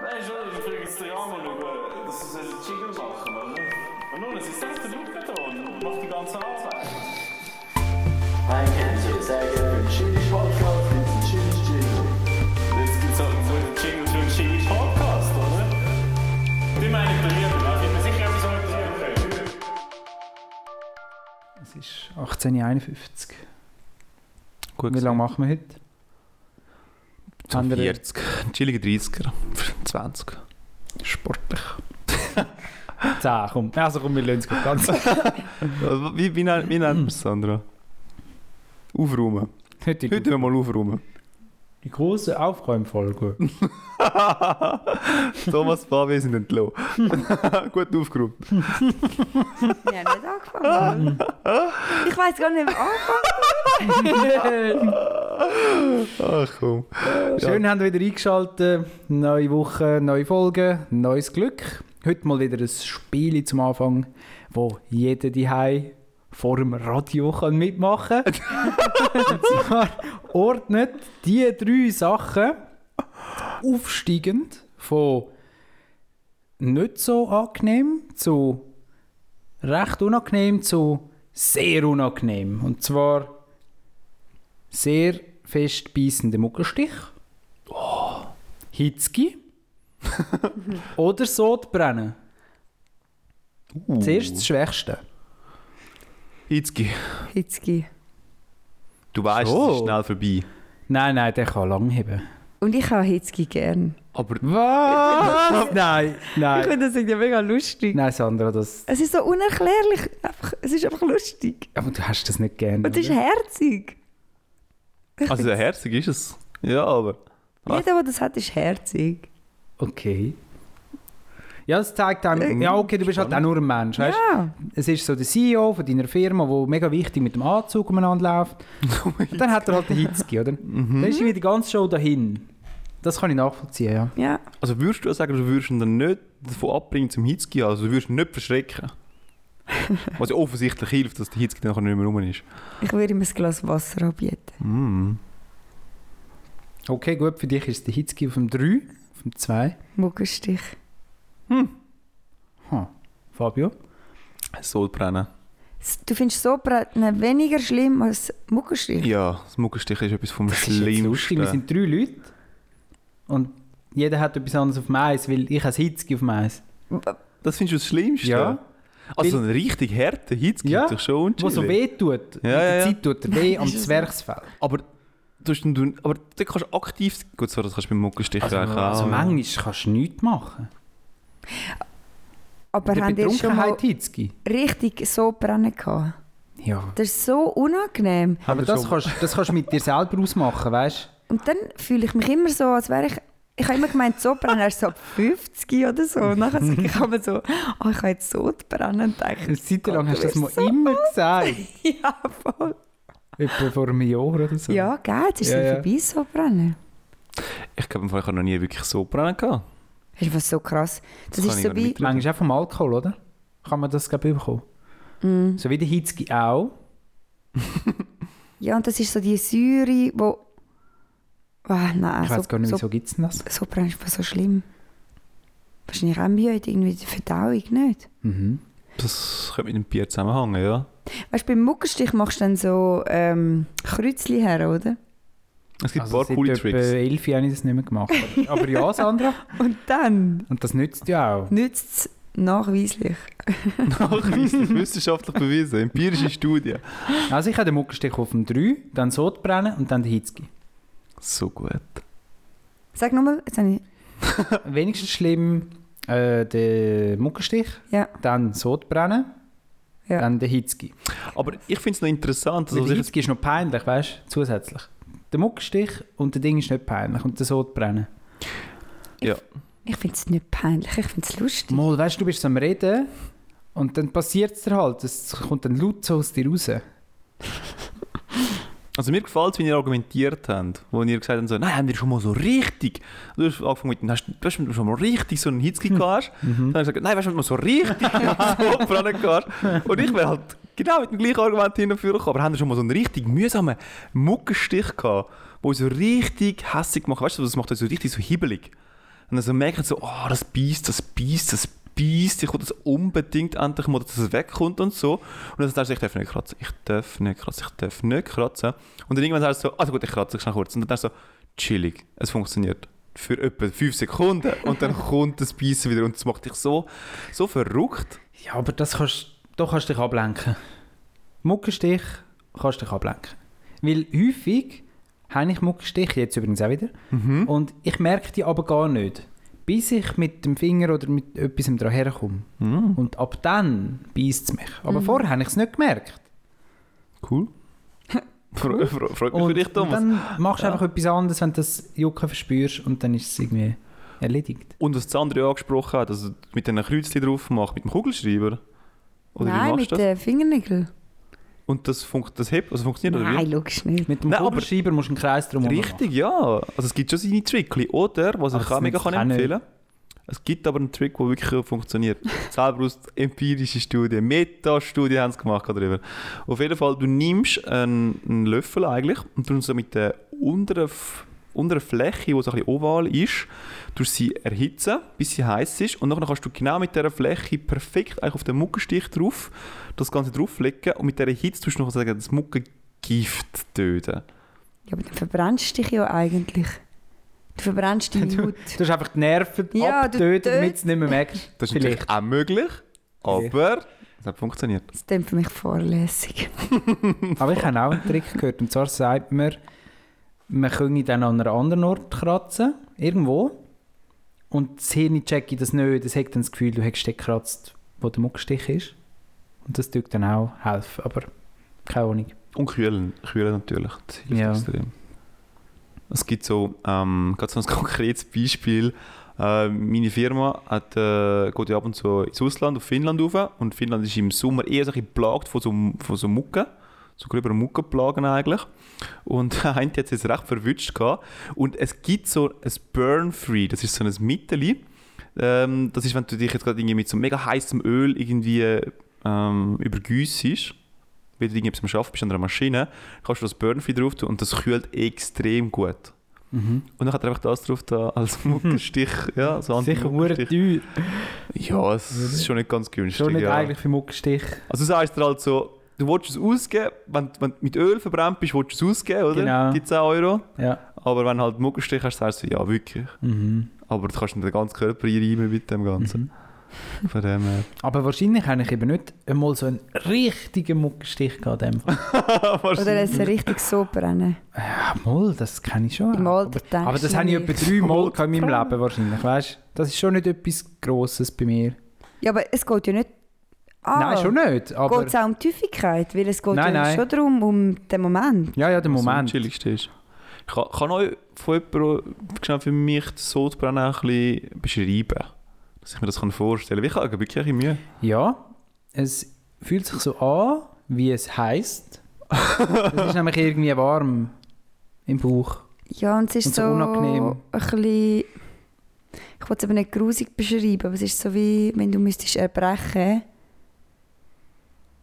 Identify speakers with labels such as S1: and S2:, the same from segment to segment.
S1: Nein, schon, ich bringe jetzt den Rahmen über. Das ist ein Jingle machen, oder? Und nun, es ist selbst der Luftbeton und macht die ganze Arbeit.
S2: Ein Kännchen, sehr gerne für den Chili Podcast, gibt es einen Chili Chili.
S1: Jetzt gibt es halt so einen Jingle für einen Jingle Podcast, oder? Die meine ich bei mir, da bin mir sicher, etwas anderes okay.
S3: Es ist 18.51 Uhr.
S4: Gut
S3: Wie lange
S4: gesehen.
S3: machen wir heute?
S4: So
S3: Andere-
S4: 40. Chillige 30er. 20. Sportlich.
S3: 10, komm. Also komm, wir lassen es ganz.
S4: Wie, wie, nen- wie nennt man es, Sandra? Aufräumen.
S3: Heute
S4: Heute
S3: die,
S4: wir mal aufräumen.
S3: die große Aufräumfolge.
S4: Thomas Fabi sind entlassen. Gut aufgeräumt.
S5: Wir haben nicht angefangen. ich weiß gar nicht, wie wir angefangen
S3: Schön,
S4: Ach komm.
S3: haben ihr wieder eingeschaltet. Neue Woche, neue Folge, neues Glück. Heute mal wieder ein Spiel zum Anfang, wo jeder die vor dem Radio kann mitmachen kann. Und zwar ordnet die drei Sachen aufsteigend von nicht so angenehm zu recht unangenehm zu sehr unangenehm. Und zwar sehr fest beißender Muggelstich, Hitzki oder Sodbrennen.
S4: Uh.
S3: Zuerst das Schwächste.
S4: Hitzki,
S5: Hitzki.
S4: du weißt,
S3: So.
S4: es ist schnell vorbei.
S3: Nein, nein, der kann lang heben.
S5: Und ich habe Hitzki gern.
S4: Aber
S3: Was? nein,
S5: Ich
S3: nein.
S5: finde das irgendwie mega lustig.
S3: Nein, Sandra, das.
S5: Es ist so unerklärlich. Einfach, es ist einfach lustig.
S3: Aber du hast das nicht gerne.
S5: Und es ist
S3: oder?
S5: herzig. Ich
S4: also
S5: find's-
S4: herzig ist es. Ja, aber
S5: jeder, der das hat, ist herzig.
S3: Okay. Ja, das zeigt einem. Ja, okay, du bist halt auch nur ein Mensch. Weißt?
S5: Äh, Ja.
S3: Es ist so der CEO von deiner Firma, der mega wichtig mit dem Anzug umeinander läuft.
S5: Oh
S3: Und dann hat er halt den Hitzki, oder?
S5: Mhm.
S3: Dann ist irgendwie die ganze Show dahin. Das kann ich nachvollziehen, ja.
S5: Ja.
S4: also würdest du sagen, du würdest ihn dann nicht davon abbringen zum Hitzki, also du würdest ihn nicht verschrecken. Was ja offensichtlich hilft, dass der Hitzki dann nachher nicht mehr rum ist.
S5: Ich würde ihm ein Glas Wasser anbieten.
S4: Mm.
S3: Okay, gut, für dich ist der Hitzki auf dem 3, auf dem 2.
S5: Muggelstich.
S3: Fabio?
S4: Sodbrennen.
S5: S- Du findest Sodbrennen weniger schlimm als Muggelstich?
S4: Ja, das Muggelstich ist etwas vom
S3: Das ist jetzt lustig, wir
S4: Schlimmsten.
S3: sind drei Leute und jeder hat etwas anderes auf dem Eis, weil ich habe das Hitzki auf dem Eis.
S4: Das findest du das Schlimmste?
S3: Ja.
S4: Also so einen richtig harten Hitzki
S3: Ja,
S4: ist doch schon
S3: Was so
S4: unchillig.
S3: weh tut,
S4: Ja,
S3: mit
S4: ja,
S3: der
S4: ja.
S3: Zeit tut er weh am Zwerchsfell.
S4: Aber du, hast dann- du, aber du kannst aktiv... Gut, so, das kannst du beim Muggelstich
S3: Also,
S4: eigentlich auch.
S3: also
S4: ja.
S3: manchmal kannst du nichts machen.
S5: Aber
S3: der
S5: habt ihr schon mal
S3: Betrunkenheit Hitzki.
S5: richtig Sodbrennen gehabt?
S3: Ja.
S5: Das ist so unangenehm.
S3: Aber das kannst, das kannst du mit dir selber ausmachen, weißt
S5: Und dann fühle ich mich immer so, als wäre ich. Ich habe immer gemeint, Sodbrennen erst so ab 50 oder so. Und nachher sage ich immer so, oh, ich habe jetzt Sodbrennen. Und denke,
S3: du? Eine Zeit lang hast du das mal
S5: so
S3: immer gesagt.
S5: ja, voll.
S3: Etwa vor einem Jahr oder so.
S5: Ja, gell, jetzt ist
S3: Ja,
S5: es
S3: ja.
S5: vorbei, Sodbrennen.
S4: Ich glaube, im Fall, ich habe noch nie wirklich so brennen gehabt.
S5: Das ist was so krass. Das,
S4: Das kann
S5: ist
S4: ich
S5: so
S4: gar
S5: wie.
S4: nicht
S3: Manchmal auch vom Alkohol, oder? Kann man das glaube ich bekommen.
S5: Mm.
S3: So wie der Hitzki auch.
S5: Ja, und das ist so die Säure, wo. Ah, nein,
S3: Ich weiß gar nicht,
S5: so,
S3: wieso gibt es denn das?
S5: Sodbrennen ist was so schlimm. Wahrscheinlich auch müde, irgendwie die Verdauung nicht.
S4: Mhm. Das könnte mit dem Bier zusammenhängen, ja.
S5: Weißt du, beim Muckerstich machst du dann so ähm, Kreuzli her, oder?
S4: Es gibt ein paar
S3: Also seit
S4: coole
S3: etwa
S4: Tricks.
S3: 11 Jahren habe ich das nicht mehr gemacht. Aber- Aber ja, Sandra.
S5: Und dann
S3: Und das nützt ja auch.
S5: nützt es nachweislich.
S4: Nachweislich, wissenschaftlich bewiesen, empirische Studien.
S3: Also ich habe den Muckerstich auf dem 3, dann Sodbrennen und dann den Hitzki.
S4: So gut.
S5: Sag nochmal, jetzt habe ich.
S3: Wenigstens schlimm äh, der Muckerstich,
S5: Ja.
S3: dann Sodbrennen,
S5: Ja.
S3: dann der Hitzki.
S4: Aber ich finde es noch interessant, dass
S3: Also
S4: also
S3: der
S4: ich,
S3: Hitzki ist noch peinlich, weißt du, zusätzlich. Der Muckerstich und der Ding ist nicht peinlich und der Sodbrennen.
S5: Ich finde es nicht peinlich, ich finde es lustig.
S3: Mal, weißt du, du bist so am Reden und dann passiert es dir halt, es kommt dann laut so aus dir raus.
S4: also mir gefällt es, wie ihr argumentiert habt, wo ihr gesagt habt, so, nein, haben wir schon mal so richtig. Du hast angefangen mit, hast, weißt du, wenn du schon mal richtig so einen Hitzki gehabt hast. Dann habe ich gesagt, nein, weißt du, wenn du mal so richtig so brennen kannst. Und ich wäre halt genau mit dem gleichen Argument hin und her gekommen. Aber haben wir schon mal so einen richtig mühsamen Muckenstich gehabt, wo uns so richtig hässlich gemacht hat. Weißt du, das macht uns so richtig so hibbelig. Und dann so merken so, oh, das beißt, das beißt, das beißt. Ich will das unbedingt endlich mal, dass es wegkommt und so. Und dann sagst du, ich darf nicht kratzen, ich darf nicht kratzen, ich darf nicht kratzen. Und dann irgendwann sagst du so, also gut, ich kratze schnell kurz. Und dann denkst du so, chillig, es funktioniert. Für etwa 5 Sekunden. Und dann kommt das Beißen wieder und das macht dich so, so verrückt.
S3: Ja, aber das kannst, da kannst du dich ablenken. Muckenstich kannst du dich ablenken. Weil häufig habe ich Muckenstich, jetzt übrigens auch wieder,
S4: Mhm.
S3: und ich merke die aber gar nicht. Bis ich mit dem Finger oder mit etwas dran herkomme. Und ab dann beißt es mich. Aber vorher habe ich es nicht gemerkt.
S4: Cool. Fre fre freut mich für
S3: Und,
S4: dich,
S3: und
S4: Thomas.
S3: dann machst du einfach etwas anderes, wenn du das Jucken verspürst und dann ist es irgendwie erledigt.
S4: Und was das andere angesprochen hat, also mit diesen Kreuzchen drauf macht, mit dem Kugelschreiber. Oder wie
S5: Nein,
S4: machst
S5: mit
S4: du das?
S5: den Fingernägeln.
S4: Und das, funkt- das hebt, also funktioniert oder wie?
S5: Nein, logisch nicht.
S3: Mit dem
S4: Nein, aber-
S3: Kugelschreiber musst du einen Kreis drum machen.
S4: Richtig, ja. Also es gibt schon seine Trickli. Oder, was
S3: Aber
S4: ich
S3: das
S4: auch mega
S3: nützt
S4: kann
S3: auch nicht.
S4: empfehlen es gibt aber einen Trick, der wirklich funktioniert. Selber aus empirischen Studien, Metastudien haben sie gemacht darüber. Auf jeden Fall, du nimmst einen, einen Löffel eigentlich und tust so mit der unteren, F- unteren Fläche, die so ein bisschen oval ist, tust sie erhitzen, bis sie heiß ist und dann kannst du genau mit dieser Fläche perfekt eigentlich auf den Muckenstich drauf das Ganze drauflegen und mit dieser Hitze tust du noch sagen, das Muckengift töten.
S5: Ja, aber dann verbrennst du dich ja eigentlich. Du verbrennst deine Haut.
S3: Du hast einfach die Nerven
S5: Ja, du
S3: abgetötet,
S5: tö-
S3: damit du es nicht mehr merkst.
S4: Das ist
S3: Vielleicht.
S4: natürlich auch möglich, aber es hat funktioniert.
S5: Das ist dann für mich vorlässig.
S3: Aber ich habe auch einen Trick gehört. Und zwar sagt man, man könne dann an einem anderen Ort kratzen, irgendwo. Und das Hirn checkt das nicht. Es hat dann das Gefühl, du hättest dort gekratzt, wo der Muckstich ist. Und das tut dann auch helfen. Aber keine Ahnung.
S4: Und kühlen, kühlen natürlich. Das hilft
S3: Ja.
S4: extrem. Es gibt so, ähm, gerade so ein konkretes Beispiel. Äh, meine Firma hat, äh, geht ja ab und zu ins Ausland, auf Finnland rauf. Und Finnland ist im Sommer eher so ein bisschen geplagt von so, von so Mucke. So gröber Muckenplagen eigentlich. Und eine hat es jetzt recht verwünscht gehabt. Und es gibt so ein Burn-Free, das ist so ein Mittel. Ähm, das ist, wenn du dich jetzt gerade irgendwie mit so mega heißem Öl irgendwie ähm, übergüssest weil du irgendwas am Schaffen bist an einer Maschine, kannst du das Burnfree drauf tun und das kühlt extrem gut. Und dann hat er einfach das drauf da als Muckerstich. ja, so
S3: Sicher hure
S4: Anti-Muckerstich.
S3: teuer.
S4: Ja, es ist schon nicht ganz günstig.
S3: Schon nicht
S4: ja.
S3: eigentlich für Muckstich.
S4: Also du sagst dir halt so, du willst es ausgeben, wenn, wenn du mit Öl verbrannt bist, willst du es ausgeben, oder?
S3: Genau.
S4: Die 10 Euro.
S3: Ja.
S4: Aber wenn du halt Muckerstich hast, sagst du, ja wirklich.
S3: Mhm.
S4: Aber du kannst nicht den ganzen Körper einreiben mit dem Ganzen.
S3: Mhm.
S4: Von dem her.
S3: Aber wahrscheinlich habe ich eben nicht einmal so einen richtigen Muckstich gehabt. in dem Fall.
S5: Oder
S4: Wahrscheinlich.
S5: es richtig so brennen.
S3: Ja, mal, Ah, das kenne ich schon.
S5: Im
S3: auch.
S5: Alter denkst
S3: Aber das
S5: du
S3: habe ich
S5: nicht.
S3: etwa dreimal
S4: Mal
S3: gehabt in meinem Leben wahrscheinlich, weißt? Das ist schon nicht etwas Grosses bei mir.
S5: Ja, aber es geht ja nicht... Ah,
S3: Nein, schon nicht, aber...
S5: Geht es auch um die Häufigkeit? Weil es geht
S3: Nein,
S5: ja
S3: nein.
S5: schon darum, um den Moment.
S3: Ja, ja, der
S4: Moment.
S3: Moment.
S4: So chilligste ist. Ich Also, kann, kann euch von jemandem, genau für mich, das Sodbrennen ein bisschen beschreiben. Dass ich mir das kann vorstellen kann. Ich habe wirklich ein bisschen Mühe.
S3: Ja, es fühlt sich so an, wie es heißt. Es ist nämlich irgendwie warm im Bauch.
S5: Ja, und es ist
S3: Und so
S5: so,
S3: unangenehm.
S5: ein bisschen... Ich will es aber nicht grusig beschreiben, aber es ist so wie, wenn du müsstest erbrechen.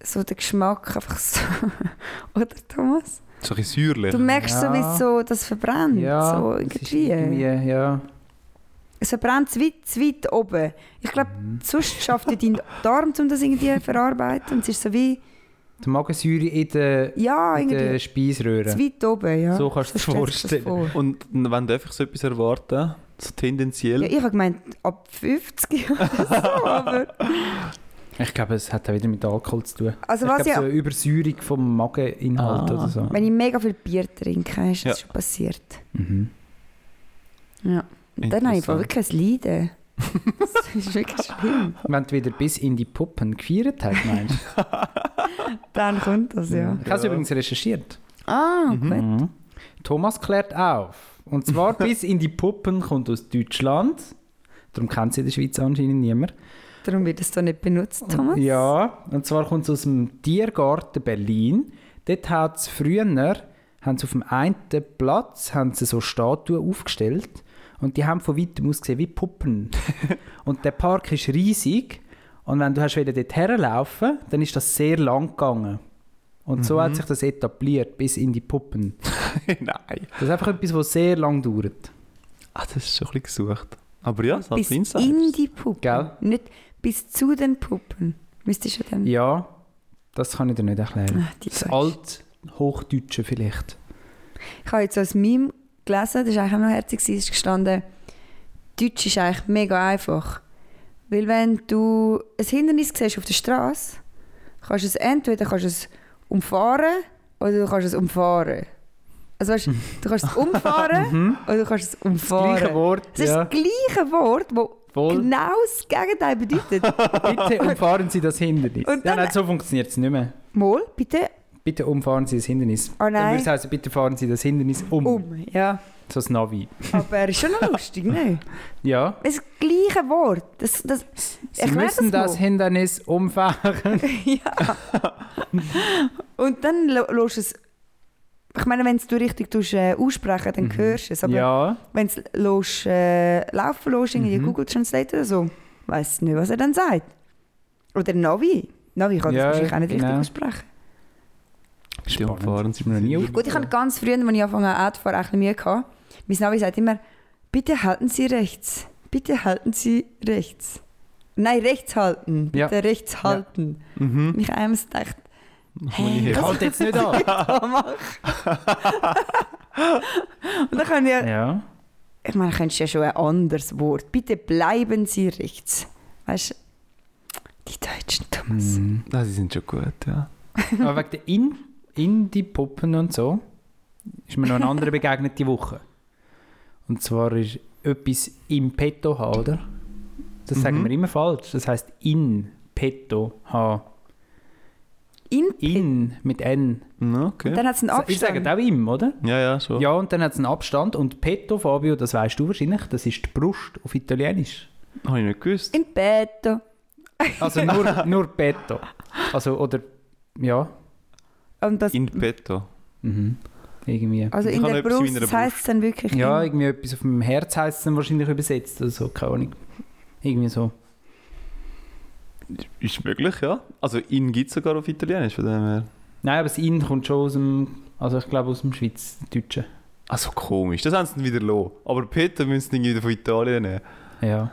S5: So der Geschmack einfach so... Oder, Thomas?
S4: So ein bisschen säuerlich.
S5: Du merkst so, wie
S3: Ja.
S5: es so, das verbrennt.
S3: Genau. Ja,
S5: so
S3: es ist
S5: irgendwie.
S3: irgendwie, ja.
S5: Es verbrennt zu weit, zu weit oben. Ich glaube,
S3: Mhm.
S5: sonst schafft ja dein Darm, um das irgendwie zu verarbeiten. Und es ist so wie...
S3: Die Magensäure in der,
S5: Ja,
S3: in der
S5: irgendwie zu
S3: Speiseröhre.
S5: weit oben, ja.
S3: So kannst du es
S5: stellst du dir das
S3: vorstellen.
S5: vor.
S4: Und wann darf ich so etwas erwarten? So tendenziell?
S5: Ja, ich habe gemeint, ab 50 oder so, aber...
S3: Ich glaube, es hat auch wieder mit Alkohol zu tun.
S5: Also
S3: ich
S5: was
S3: glaube,
S5: ja,
S3: so eine Übersäuerung vom Mageninhalt
S4: Ah.
S3: oder so.
S5: wenn ich mega viel Bier trinke, ist das
S4: Ja.
S5: schon passiert.
S3: Mhm.
S5: Und dann habe ich voll
S4: Interessant.
S5: wirklich ein Leiden. Das ist wirklich schlimm.
S3: Wenn du wieder bis in die Puppen gefeiert hast, meinst du?
S5: Dann kommt das,
S4: Mhm.
S5: ja.
S3: Ich habe es übrigens recherchiert.
S5: Ah, gut.
S3: Mhm. Thomas klärt auf. Und zwar bis in die Puppen kommt aus Deutschland. Darum kennt sie in der Schweiz anscheinend niemand.
S5: Darum wird es da nicht benutzt, Thomas.
S3: Ja, und zwar kommt es aus dem Tiergarten Berlin. Dort hat es früher haben sie auf dem einen Platz haben sie so Statuen aufgestellt und die haben von weitem ausgesehen wie Puppen. und der Park ist riesig und wenn du hast wieder dort herlaufen, dann ist das sehr lang gegangen. Und so hat sich das etabliert bis in die Puppen.
S4: Nein.
S3: Das ist einfach etwas, was sehr lang dauert.
S4: Ah, das ist schon ein bisschen gesucht. Aber ja,
S5: bis
S4: Salz Insights.
S5: in die Puppen.
S3: Gell?
S5: Nicht bis zu den Puppen. Müsstest du dann...
S3: Ja, das kann ich dir nicht erklären.
S5: Ach, die
S3: Das
S5: Deutschen.
S3: Althochdeutsche vielleicht.
S5: Ich habe jetzt so ein Meme gelesen, das war eigentlich auch noch herzig, es ist gestanden, Deutsch ist eigentlich mega einfach. Weil wenn du ein Hindernis siehst auf der Straße, kannst du es entweder kannst du es umfahren oder du kannst es umfahren. Also weißt, du, du kannst es umfahren
S3: Mhm.
S5: oder du kannst es
S3: Das gleiche
S5: umfahren.
S3: Wort,
S5: Das ist
S3: ja.
S5: das gleiche Wort, das
S3: Voll.
S5: genau das Gegenteil bedeutet.
S3: Bitte umfahren Sie das Hindernis.
S5: Und
S3: Ja,
S5: dann-
S3: nein, so funktioniert es nicht mehr.
S5: Mal, bitte,
S3: Bitte umfahren Sie das Hindernis.
S5: Oh nein.
S3: Dann würde es heißen, bitte fahren Sie das Hindernis um.
S5: um. Ja.
S3: So das Navi.
S5: Aber ist schon noch lustig, ne?
S3: Ja.
S5: Das gleiche Wort. Das, das,
S3: Sie
S5: Erklär
S3: müssen
S5: das
S3: das,
S5: mal.
S3: Hindernis umfahren.
S5: ja. Und dann lässt es. Ich meine, wenn du richtig tust, äh, aussprechen dann hörst du es. Aber
S3: Mhm. ja.
S5: wenn du es lässt, äh, laufen lässt, irgendwie
S3: Mhm.
S5: Google Translate oder so, weißt du nicht, was er dann sagt. Oder Navi. Navi kann
S3: Ja,
S5: das wahrscheinlich auch nicht
S3: genau.
S5: richtig aussprechen.
S4: Bitte umfahren Sie
S3: Ist mir noch nie
S4: das
S5: Gut, ich hatte ganz früher, als ich angefangen habe, Autofahren, auch ein bisschen Mühe gehabt. Mein Navi sagt immer, bitte halten Sie rechts. Bitte halten Sie rechts. Nein, rechts halten.
S3: Ja.
S5: Bitte rechts halten.
S4: Mhm.
S5: Ich habe mir gedacht,
S4: Moni,
S5: hey,
S3: Ich
S5: was
S3: halte Halt jetzt nicht an.
S5: da mache. Und dann kann ich,
S3: ja.
S5: ich meine, könntest du ja schon ein anderes Wort. Bitte bleiben Sie rechts. Weißt du, die Deutschen, Thomas.
S3: Mhm.
S4: Ah, Sie sind schon gut, ja.
S3: Aber wegen der In Indie-Puppen und so ist mir noch ein anderer begegnet die Woche. Und zwar ist etwas im Petto haben, oder? Das sagen
S4: Mhm.
S3: wir immer falsch. Das heißt in Petto haben.
S5: In,
S3: In mit N.
S4: Na,
S5: Und
S4: Hm, okay.
S5: dann hat es einen
S3: Ich
S5: Abstand.
S3: sage auch im, oder?
S4: Ja, ja, schon.
S3: Ja, und dann hat es einen Abstand. Und Petto, Fabio, das weißt du wahrscheinlich, das ist die Brust auf Italienisch.
S4: Habe ich nicht gewusst.
S5: In petto.
S3: Also nur, nur Petto. Also, oder, ja,
S5: Und das,
S4: In petto.
S3: mhm. irgendwie.
S5: also
S4: Ich
S5: in
S4: kann
S5: der
S4: noch etwas in
S5: Brust,
S4: meiner
S5: das heisst es dann wirklich
S3: Ja,
S5: in,
S3: irgendwie etwas auf dem Herz heisst es dann wahrscheinlich übersetzt oder so, keine Ahnung. Irgendwie so.
S4: Ist möglich, ja. Also in gibt es sogar auf Italienisch, von dem her.
S3: Nein, aber das In kommt schon aus dem, also ich glaube aus dem Schweizdeutschen.
S4: Also komisch, das haben sie dann wieder los. Aber Peter müssen sie irgendwie wieder von Italien nehmen.
S3: Ja.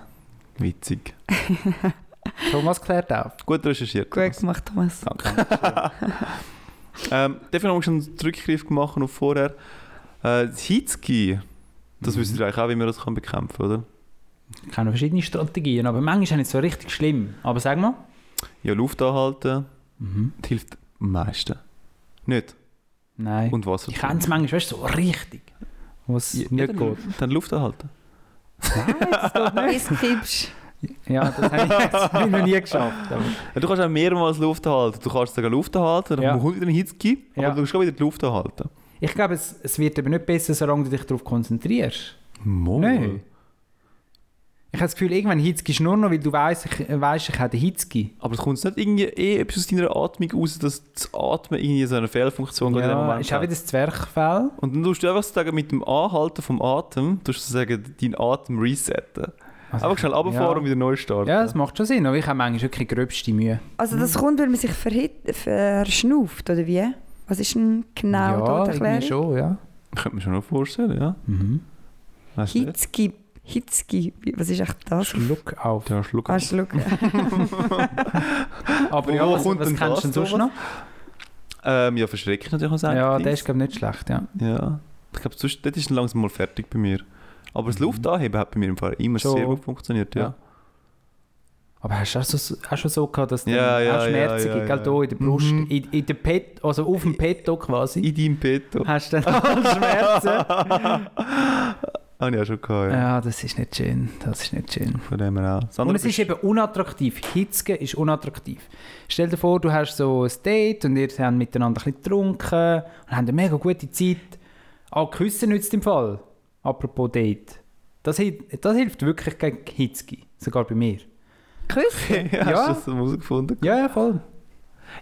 S4: Witzig.
S3: Thomas klärt auf.
S4: Gut recherchiert.
S5: gut gemacht, Thomas.
S4: Danke. ähm, darf ich noch mal schon einen Rückgriff machen auf vorher? Äh, das Hitzki, das
S3: Mhm.
S4: wisst ihr eigentlich auch, wie man das kann bekämpfen kann, oder?
S3: Ich kenne verschiedene Strategien, aber manchmal ist es nicht so richtig schlimm. Aber sag mal.
S4: Ja, Luft anhalten,
S3: Mhm.
S4: das hilft am meisten. Nicht?
S3: Nein.
S4: Und Wasser
S3: ich kenne es manchmal, weißt du, so richtig. Was
S4: Ja,
S3: nicht
S4: dann-
S3: geht.
S4: Dann Luft anhalten.
S5: Bis du kippst.
S3: Ja, das habe ich, das habe ich noch nie geschafft. Aber,
S4: Ja, du kannst auch mehrmals Luft anhalten. Du kannst sogar Luft anhalten, dann
S3: Ja.
S4: kommt wieder ein Hitzki, aber
S3: Ja.
S4: du kannst auch wieder die Luft anhalten.
S3: ich glaube, es, es wird eben nicht besser, solange du dich darauf konzentrierst.
S4: Mol.
S3: Nein. Ich habe das Gefühl, irgendwann Hitzki ist nur noch, weil du weißt, ich, weißt, ich habe den Hitzki.
S4: Aber es kommt nicht irgendwie eh etwas aus deiner Atmung raus, dass das Atmen irgendwie so eine Fehlfunktion gerade in dem
S3: Ja,
S4: Moment
S3: ist auch
S4: hat.
S3: wieder das Zwerchfell.
S4: Und dann tust du einfach sagen, mit dem Anhalten vom Atem, tust du sagen, deinen Atem resetten.
S3: Also
S4: einfach schnell runterfahren
S3: ja.
S4: und wieder neu starten.
S3: Ja, das macht schon Sinn, aber ich habe manchmal wirklich gröbste Mühe.
S5: Also das kommt, weil man sich verhit, verschnauft, oder wie? Was ist denn genau da
S3: ja,
S5: die
S3: irgendwie
S5: Erklärung?
S3: schon, ja. Mhm.
S4: Könnte man schon noch vorstellen, ja. Weißt du nicht?
S5: Hitzki, Hitzki, Wie- was ist echt das?
S3: Schluck auf.
S4: Ja, schluck
S5: Ah,
S4: ab.
S5: Schluck.
S3: Aber
S4: Wo
S3: ja, was,
S4: kommt
S3: was
S4: denn
S3: kennst
S4: das
S3: du denn sonst
S4: sowas?
S3: noch?
S4: Ähm, ja, verschrecken natürlich auch
S3: Ja, der ist, glaube ich, nicht schlecht, ja.
S4: Ja. Ich glaube, sonst das ist langsam mal fertig bei mir. Aber das Luftanheben hat bei mir im Fall immer
S3: Mhm. Schon.
S4: sehr gut funktioniert, ja.
S3: Ja. Aber hast du auch, so, auch schon so gehabt, dass du
S4: Ja,
S3: dann auch
S4: ja,
S3: Schmerzen
S4: ja,
S3: gibt,
S4: ja,
S3: gell, da in der Brust,
S4: Mhm.
S3: in, in der Pet, also auf dem Petto quasi,
S4: In deinem Petto.
S3: hast du dann auch Schmerzen.
S4: Habe ich auch schon gehabt, Ah, ja.
S3: ja, das ist nicht schön, das ist nicht schön.
S4: Von dem her auch. Das andere
S3: Und es ist eben unattraktiv. Hitzke ist unattraktiv. Stell dir vor, du hast so ein Date und ihr habt miteinander ein bisschen getrunken und habt eine mega gute Zeit. Auch Küssen nützt im Fall. Apropos Date. Das, hi- das hilft wirklich gegen Hitzke. Sogar bei mir.
S5: Küssen?
S4: ja,
S3: Ja.
S4: hast du das herausgefunden?
S3: Ja, ja, voll.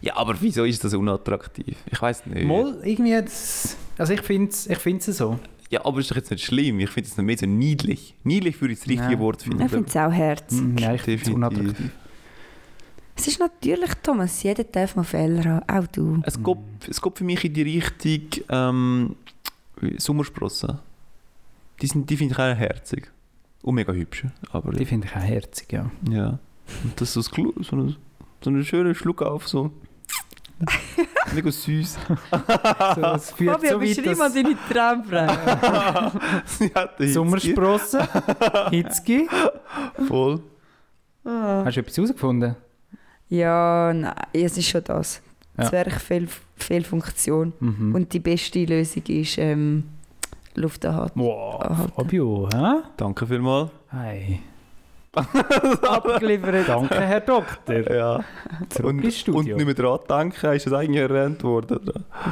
S4: Ja, aber wieso ist das unattraktiv? Ich weiß nicht.
S3: Moll, irgendwie jetzt... Also ich finde es ich find's so.
S4: Ja, aber ist doch jetzt nicht schlimm. Ich finde es mehr so niedlich. Niedlich würde ich das richtige
S3: Nein.
S4: Wort finden.
S5: Ich finde es auch herzig.
S3: Mm, Nein, ich finde es
S4: Definitiv.
S3: unattraktiv.
S5: Es ist natürlich, Thomas, jeder darf mal Fehler haben, auch du.
S4: Es geht, es geht für mich in die Richtung ähm, Sommersprossen. Die, sind- die finde ich auch herzig. Und mega hübsch. Aber
S3: Die finde ich auch herzig, ja.
S4: ja. Und das ist so, das Glu- so, ein- so einen schönen Schluck auf, so. mega süß.
S3: So, es führt so weit,
S5: beschreib mal
S3: dass
S5: deine Traumfrau.
S4: Sie hat den Hitzki.
S3: Sommersprossen, Hitzki.
S4: Voll.
S3: Hast du etwas herausgefunden?
S5: ja, nein, es ist schon das.
S3: Ja.
S5: Zwerg viel, viel Funktion.
S3: Mhm.
S5: Und die beste Lösung ist ähm, Luft anhalten.
S3: wow,
S5: Alter.
S3: Fabio, hä?
S4: Danke vielmals.
S3: Hey.
S5: Abgeliefert.
S3: Danke, Herr Doktor.
S4: Ja.
S3: Zurück
S4: Und,
S3: ins
S4: und
S3: Studio.
S4: nicht mehr dran denken, ist das eigentlich erwähnt worden.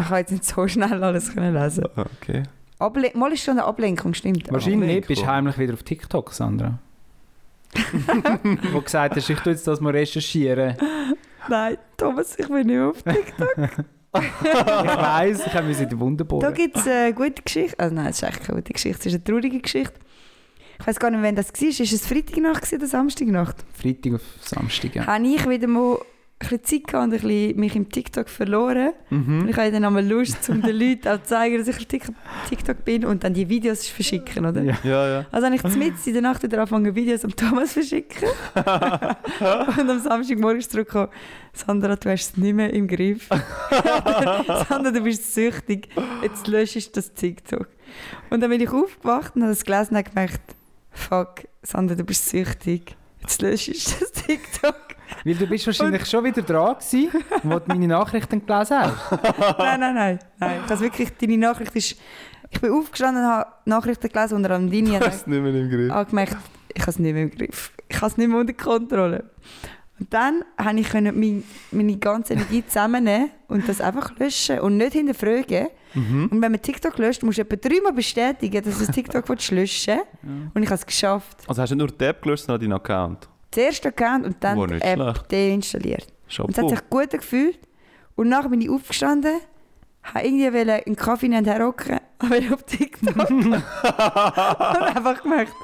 S5: Ich kann jetzt nicht so schnell alles können lesen.
S4: Ah, Okay.
S5: Able Mal ist schon eine Ablenkung, stimmt.
S3: Wahrscheinlich
S4: Ah,
S3: nicht, bist du
S4: cool.
S3: heimlich wieder auf TikTok, Sandra. Wo du gesagt hast, ich tue jetzt das mal recherchieren.
S5: Nein, Thomas, ich bin nicht auf
S3: Ich weiss, ich habe mich in die Wunde
S5: Da
S3: bohren.
S5: gibt es eine gute Geschichte. Also nein, es ist eigentlich keine gute Geschichte, es ist eine traurige Geschichte. Ich weiß gar nicht, wann das war. Ist es Freitagnacht gewesen oder Samstagnacht?
S3: Freitag auf Samstag, ja.
S5: Habe ich wieder mal ein bisschen Zeit gehabt und ein bisschen mich im TikTok verloren. Und
S4: Mhm.
S5: ich habe dann einmal Lust, um den Leuten auch zu zeigen, dass ich auf Tik- TikTok bin und dann die Videos verschicken, oder?
S3: Ja.
S4: Ja, ja.
S5: Also habe ich mitten in der Nacht wieder angefangen, Videos am Thomas zu verschicken. und am Samstagmorgen ist zurückgekommen, Sandra, du hast es nicht mehr im Griff. Sandra, du bist süchtig. Jetzt löschst du das TikTok. Und dann bin ich aufgewacht und habe das gelesen und habe gemerkt, fuck, Sandra, du bist süchtig. Jetzt löschst du das TikTok.
S3: Weil du bist wahrscheinlich schon wieder dran gewesen, wo du meine Nachrichten gelesen hast.
S5: nein, nein, nein. nein. Das wirklich, deine Nachricht ist... Ich bin aufgestanden und habe Nachrichten gelesen, unter anderem deine. Und
S4: Das
S5: habe
S4: ist nicht mehr im Griff.
S5: angemerkt, ich habe es nicht mehr im Griff. Ich habe es nicht mehr unter Kontrolle. Und dann konnte ich können mein, meine ganze Energie zusammennehmen und das einfach löschen und nicht hinterfragen.
S4: Mhm.
S5: Und wenn man TikTok löscht, musst du etwa dreimal bestätigen, dass du das TikTok willst löschen Und ich habe es geschafft.
S4: Also hast du nicht nur die App gelöst, sondern auch deinen Account.
S5: Zuerst Account und dann
S4: War
S5: die
S4: nicht
S5: App
S4: schlecht.
S5: deinstalliert. Und es hat
S4: Chapeau.
S5: sich gut gefühlt. Und nachher bin ich aufgestanden, habe irgendwie wollen einen Kaffee nicht herrocken, aber auf TikTok. und einfach gemerkt,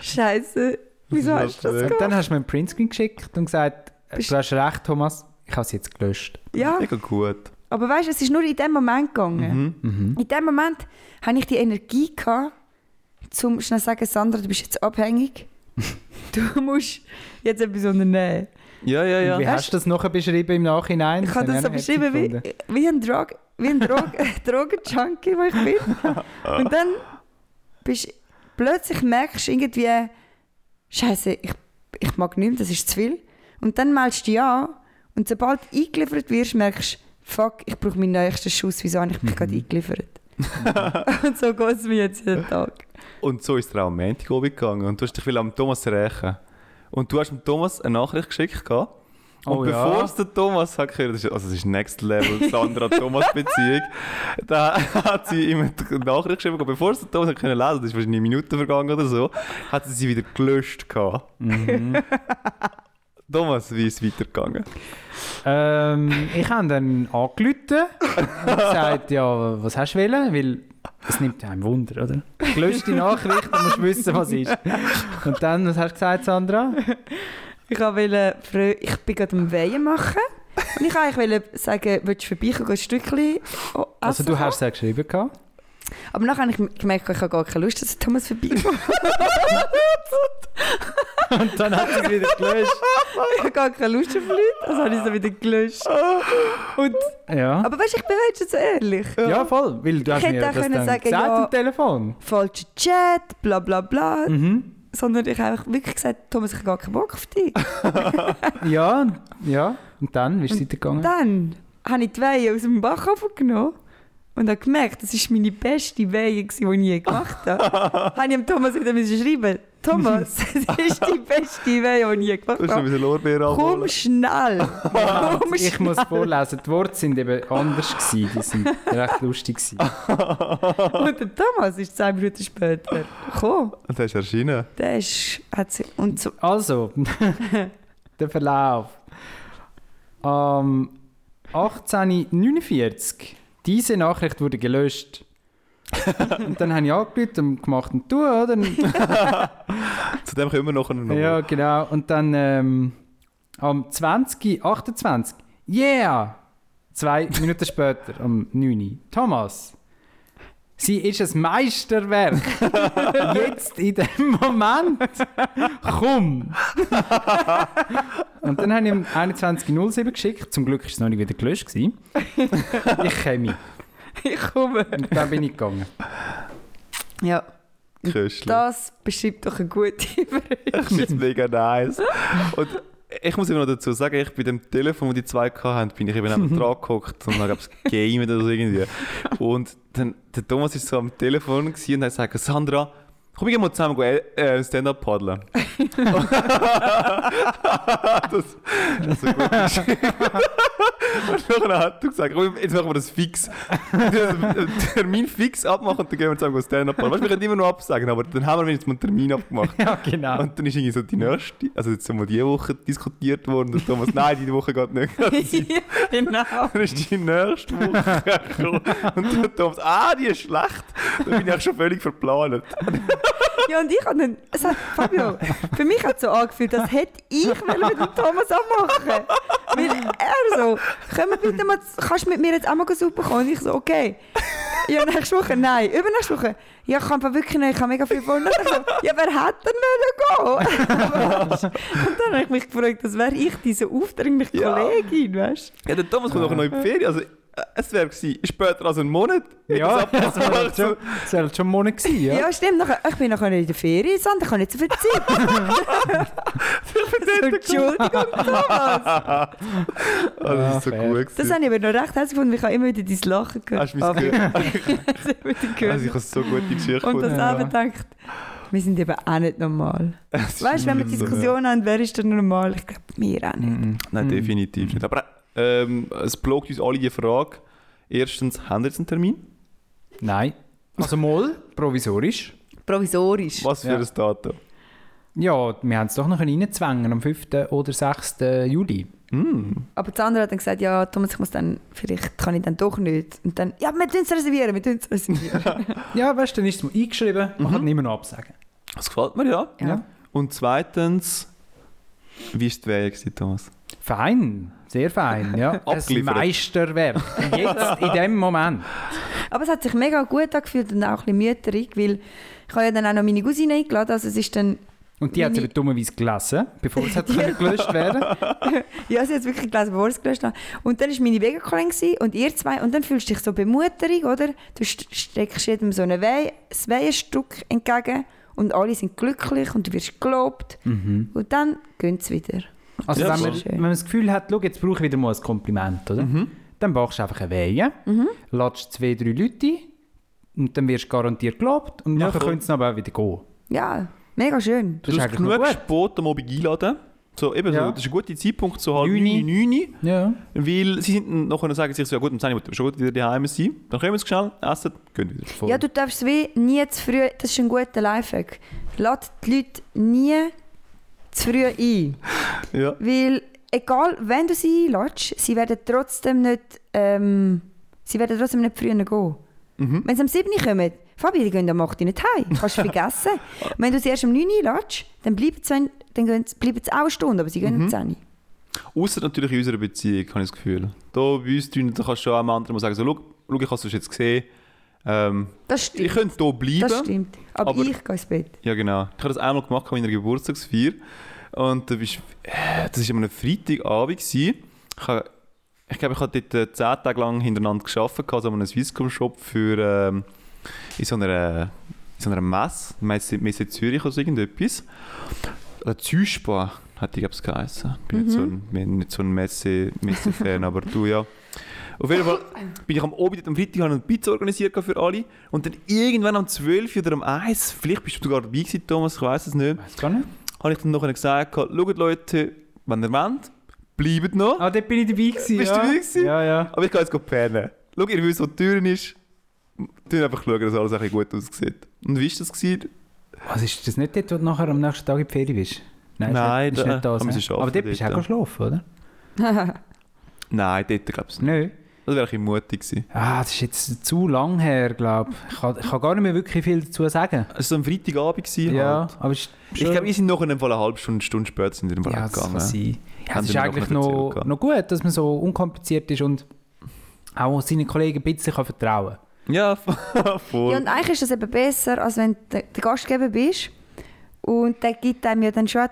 S5: Scheiße, wieso
S4: Das ist
S5: hast du das
S4: absolut.
S5: gemacht?
S3: Dann hast du mir einen Printscreen geschickt und gesagt, äh, du hast recht, Thomas, ich habe es jetzt gelöscht.
S5: Ja,
S4: Mega gut.
S5: aber weißt du, es ist nur in dem Moment gegangen.
S4: Mhm.
S5: In dem Moment hatte ich die Energie, gehabt, um schnell zu sagen, Sandra, du bist jetzt abhängig. Du musst jetzt etwas unternehmen.
S4: Ja, ja,
S3: Und Wie
S4: ja.
S3: hast du das nachher beschrieben im Nachhinein?
S5: Ich habe das so
S3: habe ich auch noch
S5: beschrieben
S3: herzig
S5: wie,
S3: gefunden.
S5: wie ein, Drog, wie ein Drog, äh, Drogenjunkie, wo ich bin. Und dann bist, plötzlich merkst du irgendwie, Scheiße, ich, ich mag nicht mehr, das ist zu viel. Und dann meldest du dich an und sobald du eingeliefert wirst, merkst du, fuck, ich brauche meinen nächsten Schuss, wieso habe ich
S3: Mhm.
S5: mich gerade eingeliefert? und so geht es mir jetzt jeden Tag.
S4: Und so ist er auch am Montag oben gegangen. Und du hast dich will am Thomas rächen. Und du hast dem Thomas eine Nachricht geschickt. Gehabt. Und
S3: Oh ja.
S4: bevor es der Thomas hat gehört das ist- also es ist Next Level Sandra-Thomas-Beziehung, da hat sie ihm eine Nachricht geschrieben, gehabt. bevor es der Thomas hat können lesen das ist wahrscheinlich eine Minute vergangen oder so, hat sie sie wieder gelöscht. Gehabt.
S3: Mhm.
S4: Thomas, wie ist es weitergegangen?
S3: Ähm, ich habe dann angerufen und gesagt, ja, was hast du wollen? Weil es nimmt ja einem Wunder, oder? Gelöschte Nachricht, du musst wissen, was ist. Und dann, was hast du gesagt, Sandra?
S5: Ich wollte früh, ich bin gerade am Wehen machen. Und ich wollte eigentlich sagen, willst du vorbeikommen, ein Stückchen oh,
S3: Also
S5: essen
S3: du hast es ja geschrieben gehabt.
S5: Aber nachher habe ich gemerkt, ich habe gar keine Lust, dass der Thomas vorbeikommt.
S3: Und dann hat es wieder gelöscht.
S5: ich habe gar keine Lust auf Leute, also habe ich sie wieder gelöscht.
S3: Ah.
S5: Und,
S3: Ja.
S5: aber weißt du, ich bin jetzt so ehrlich.
S3: Ja, voll. Weil du hast
S5: hätte
S3: mir
S5: auch
S3: das dann
S5: können sagen,
S3: gesagt
S5: ja.
S3: am Telefon.
S5: Falscher Chat, bla bla bla.
S3: Mhm.
S5: Sondern ich habe einfach wirklich gesagt, Thomas, ich habe gar keinen Bock auf dich.
S3: Ah. Ja, ja. Und dann, wie ist es weitergegangen?
S5: Dann habe ich die Wehe aus dem Backofen genommen und habe gemerkt, das war meine beste Wehe, gewesen, die ich je gemacht habe. habe ich dem Thomas wieder müssen schreiben Thomas, das ist die beste Wehe, die ich je
S4: Du hast
S5: gemacht
S4: noch ein
S5: habe.
S4: bisschen Lorbeer
S5: Komm
S4: abholen.
S5: schnell! Komm
S3: Also, Ich muss vorlesen, die Worte sind eben anders gewesen. Die sind recht lustig gewesen.
S5: Und der Thomas ist zwei Minuten später gekommen.
S4: Und hast erschienen.
S5: Der ist, hat sie, und so,
S3: Also, der Verlauf. Am 18.49 diese Nachricht wurde gelöscht. und dann habe ich angerufen und gemacht und du, oder?
S4: Zu dem kommen wir nachher noch.
S3: ja, genau. Und dann ähm, am 20.28 yeah! Zwei Minuten später, am 9. Thomas, Sie ist ein Meisterwerk. Jetzt, in dem Moment. Komm! Und dann habe ich ihm 21.07 geschickt. Zum Glück war es noch nicht wieder gelöscht. Gewesen. Ich komme.
S5: Ich komme.
S3: Und dann bin ich gegangen.
S5: Ja,
S4: Köstlich.
S5: das beschreibt doch eine gute Überraschung.
S4: Das ist mega nice. Und ich muss immer noch dazu sagen, ich bei dem Telefon, das die zwei hatten, bin ich eben am dran gehockt und dann gab es Game oder so irgendwie. Und dann, der Thomas war so am Telefon gewesen und hat gesagt, Sandra, komm, wir gehen mal zusammen gehen, äh, Stand-Up paddeln. das, das ist so gut geschrieben. Und dann hat er gesagt, komm, jetzt machen wir das fix. Den Termin fix abmachen und dann gehen wir zusammen Stand-Up paddeln. Weißt du, wir können immer noch absagen, aber dann haben wir wenigstens mal einen Termin abgemacht.
S3: Ja, genau.
S4: Und dann ist irgendwie so die nächste, also jetzt haben wir diese Woche diskutiert worden, dass Thomas, nein, diese Woche geht nicht.
S5: genau.
S4: Dann ist die nächste Woche gekommen. Und dann Thomas, ah, die ist schlecht. Dann bin ich auch schon völlig verplant.
S5: Ja, und ich habe dann, es hat, Fabio, für mich hat es so angefühlt, das hätte ich wollen mit dem Thomas abmachen Weil er so, können wir bitte mal, kannst du mit mir jetzt auch mal Suppe kommen? Und ich so, okay. Ja, nächste Woche, nein. Übernächste Woche, ja, ich kann aber wirklich nicht, ich habe mega viel vor. Und dann so, ja, wer hätte denn wollen gehen? Weisst du? und dann habe ich mich gefragt, das wäre ich, diese aufdringliche
S4: Ja.
S5: Kollegin, weißt
S4: Ja, der Thomas kommt nachher noch in die Ferien. Also, äh, es wäre gewesen, später als einen Monat.
S3: Ja,
S4: Hätte
S3: das
S4: es
S3: war
S4: abgemacht.
S3: halt schon, das war halt schon ein Monat. Gewesen,
S5: du?
S3: ja.
S5: Ja, stimmt, nachher, ich bin nachher in der Ferien, Sandra, ich habe nicht so viel Zeit. Entschuldigung, Thomas.
S4: Ah, das ist so
S3: Ah, fair.
S4: gut.
S5: Das
S4: gewesen.
S5: habe ich aber noch recht herzlich gefunden, ich habe immer wieder dein Lachen gehört.
S4: Hast du mich
S5: Fabio.
S4: gehört?
S5: Ich habe wieder
S4: Also, ich
S5: gehört.
S4: habe so gute Geschichte
S5: Und das
S4: gefunden.
S3: Ja.
S5: selber gedacht, wir sind eben auch nicht normal.
S4: Es ist
S5: Weißt du, wenn wir
S4: schlimm, ja.
S5: Diskussionen haben, wer ist denn normal? Ich glaube, wir auch nicht.
S3: Mhm.
S4: Nein, definitiv nicht. Aber ähm, es blockt uns alle die Frage. Erstens, haben wir jetzt einen Termin?
S3: Nein. Also mal provisorisch.
S5: Provisorisch.
S4: Was für
S3: Ja.
S4: ein Datum?
S3: Ja, wir haben es doch noch reinzwängen am 5. oder 6. Juli.
S4: Mm.
S5: Aber die andere hat dann gesagt, ja, Thomas, ich muss dann, vielleicht kann ich dann doch nicht. Und dann, ja, wir tun es reservieren, wir tun es reservieren.
S3: Ja, weißt du, dann ist es mal eingeschrieben, man kann immer noch absagen.
S4: Das gefällt mir, ja.
S5: ja.
S4: Und zweitens, wie war die Wähl, gewesen, Thomas?
S3: Fein, sehr fein, ja. Ein
S4: Abgeliefert.
S3: Meisterwerk. Jetzt, in dem Moment.
S5: Aber es hat sich mega gut angefühlt und auch ein bisschen mütterig, weil ich habe ja dann auch noch meine Cousine eingeladen, also es ist dann
S3: Und die hat es
S5: Meine-
S3: eben dummerweise gelesen, bevor es hat können gelöscht werden
S5: Ja, sie hat es wirklich gelesen, bevor ich es gelesen habe. Und dann war meine Vegakollegin gewesen und ihr zwei. Und dann fühlst du dich so bemuterig, oder? Du st- streckst jedem so ein Wei- ein Weihenstück entgegen und alle sind glücklich und du wirst gelobt. Und dann gehen sie wieder.
S3: Also
S4: Ja,
S3: wenn,
S4: voll.
S3: man, wenn man das Gefühl hat, schau, jetzt brauche ich wieder mal ein Kompliment, oder? Dann machst du einfach eine Weihe, lässt zwei, drei Leute ein und dann wirst du garantiert gelobt und
S4: Ja,
S3: nachher
S4: voll.
S3: können sie aber auch wieder gehen.
S5: Ja, mega schön.
S3: Das
S4: Du
S3: ist
S4: hast
S3: eigentlich noch
S4: genug
S3: gut.
S4: Sport am Abend einladen. So, eben,
S3: Ja.
S4: so, das ist ein guter Zeitpunkt, so halb
S3: Neuni.
S4: 9, 9.
S3: Ja.
S4: Weil sie sind dann nachher sagen sich so, ja gut, um 10 Uhr müssen wir schon gut wieder daheim sein. Dann kommen wir schnell, essen, gehen wieder.
S3: Voll.
S5: Ja, du darfst es wie nie zu früh. Das ist ein guter Lifehack. Lad die Leute nie zu früh ein.
S4: Ja.
S5: Weil egal, wenn du sie einlädst, sie werden trotzdem nicht, ähm, sie werden trotzdem nicht früher gehen. Wenn sie am 7. Uhr kommen, Fabi, die gehen am 8. Uhr nicht heim. Kannst du vergessen. Und wenn du sie erst am 9. Uhr einlädst, dann bleiben sie, wenn- dann gehen sie, bleiben sie auch eine Stunde, aber sie gehen am 10. Uhr.
S4: Außer natürlich in unserer Beziehung, habe ich das Gefühl. Da bei uns tun, da kannst du schon einem anderen mal sagen, so, schau, schau ich habe es jetzt gesehen. Ähm,
S5: Das stimmt.
S4: ich könnte hier bleiben.
S5: das stimmt. Aber,
S4: aber-
S5: ich gehe ins Bett.
S4: Ja, genau. Ich habe das einmal gemacht an meiner Geburtstagsfeier. Und da bist, äh, das war an einem Freitagabend. Gewesen. Ich, habe, ich glaube, ich habe dort äh, zehn Tage lang hintereinander gearbeitet, gehabt, also an einem Swisscom-Shop für ähm, in so einer, in so einer Messe, Messe, Messe Zürich oder so irgendetwas. Oder Züspa hat die, glaube ich, geheißen. Ich bin nicht so ein, bin nicht so ein Messe- Messe-Fan, aber du ja. Auf jeden Fall bin ich am Abend, am Freitag, habe ich eine Pizza organisiert für alle. Und dann irgendwann am 12 oder am 1, vielleicht bist du sogar dabei gewesen, Thomas, ich weiß es nicht,
S3: Weiß gar nicht.
S4: habe ich dann noch gesagt, schaut Leute, wenn ihr wollt, bleibt noch.
S3: Ah, dort bin ich dabei gewesen.
S4: Bist du
S3: ja.
S4: dabei gewesen?
S3: Ja, ja.
S4: Aber ich gehe jetzt gehen pennen. Schaut, ihr wisst, wo die Türen ist. Tun einfach schauen, dass alles ein bisschen gut aussieht. Und wie war das? Gewesen?
S3: Was ist das nicht dort, wo du nachher am nächsten Tag in die Ferien bist?
S4: Nein,
S3: ist nicht,
S4: da-
S3: ist nicht das.
S4: haben wir sie
S3: Ne?
S4: schlafen
S3: Aber dort bist du auch
S4: dort,
S3: ja. geschlafen, oder?
S4: Nein, dort glaube ich nicht.
S3: Nein.
S4: Das wäre ein bisschen mutig gewesen.
S3: Ah, das ist jetzt zu lang her, glaube ich. Ich kann, ich kann gar nicht mehr wirklich viel dazu sagen.
S4: Es war so ein Freitagabend. Gewesen,
S3: Ja,
S4: Halt.
S3: aber es ist
S4: Ich glaube, wir sind noch in einem Fall eine halbe Stunde, Stunde später sind wir in dem Fall
S3: ja, das
S4: gegangen.
S3: kann sein. Ja,
S4: ne? Haben
S3: es
S4: sie
S3: ist
S4: mir
S3: eigentlich
S4: noch erzählt
S3: noch,
S4: gehabt.
S3: noch gut, dass man so unkompliziert ist und auch seinen Kollegen ein bisschen kann vertrauen kann.
S4: Ja, voll.
S5: Ja, und eigentlich ist das eben besser, als wenn du der Gastgeber bist und der gibt einem ja dann schon auch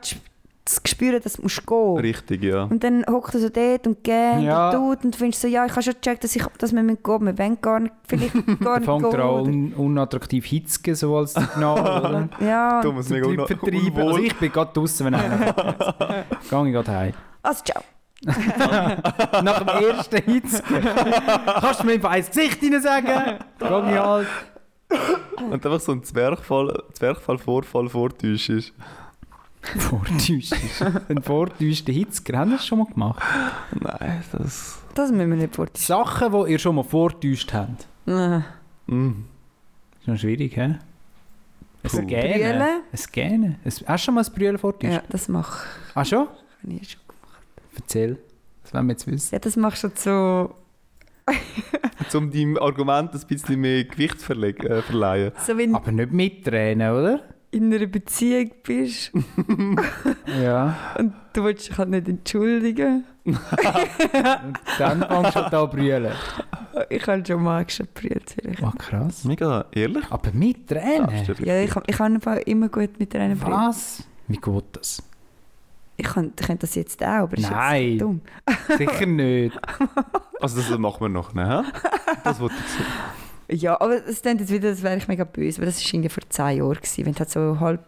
S5: das Gespür, dass du musst gehen musst.
S4: Richtig, ja.
S5: Und dann hockt er so dort und geht
S3: Ja.
S5: und tut und du findest so, ja, ich habe schon gecheckt, dass, ich, dass wir müssen gehen müssen. Wir wollen gar nicht, vielleicht gar
S3: Dann
S5: nicht
S3: fängt er an,
S5: gehen.
S3: un unattraktiv Hitzke so als Signal, oder?
S5: Ja,
S4: Du musst
S3: Zum
S4: mega
S3: Typ
S4: un-
S3: vertreiben.
S4: unwohl.
S3: Also ich bin gerade draußen, wenn einer Gang ich gerade heim.
S5: also ciao.
S3: Nach dem ersten Hitzke. Kannst du mir einfach ins Gesicht hinein sagen? Gang ich halt.
S4: Und einfach so ein Zwerchfall, Zwerchfall-Vorfall vortäuschst.
S3: Vortäuschen. Ein vortäuschter Hitzker. Haben wir das schon mal gemacht?
S4: Nein, das...
S5: Das müssen wir nicht vorziehen.
S3: Sachen, die ihr schon mal vortäuscht habt.
S5: Brüllen?
S3: Mhm.
S4: Mm.
S3: Ist noch schwierig, hä?
S4: Puh.
S3: Ein Gähnen. Ein Gähnen. Ein- Hast du schon mal ein Brüllen vortäuscht?
S5: Ja, das mache
S3: Ah schon?
S5: ich nie schon.
S3: Erzähl. Das wollen wir jetzt wissen.
S5: Ja, das machst du so,
S4: Um deinem Argument ein bisschen mehr Gewicht verleg- äh, verleihen.
S5: so wenn du
S3: Aber nicht mit Tränen, oder?
S5: in einer Beziehung bist
S3: Ja.
S5: und du willst dich halt nicht entschuldigen.
S3: Dann fängst du halt an zu brüllen.
S5: Ich habe schon mal gebrüllt, vielleicht.
S3: Oh, krass.
S4: Mega ehrlich.
S3: Aber mit Tränen?
S4: darfst du
S5: Ja, ich, ich habe im Fall immer gut mit einer Brille.
S3: Was? Wie geht das?
S5: Ich kann- ich könnte das jetzt auch, aber das ist
S3: Nein.
S5: jetzt dumm.
S3: Sicher nicht.
S4: Also das machen wir noch, ne? hä? Das wollte ich sagen.
S5: Ja, aber es klingt jetzt wieder, als wäre ich mega böse, weil das war irgendwie vor zehn Jahren. Gewesen, wenn du halt so halb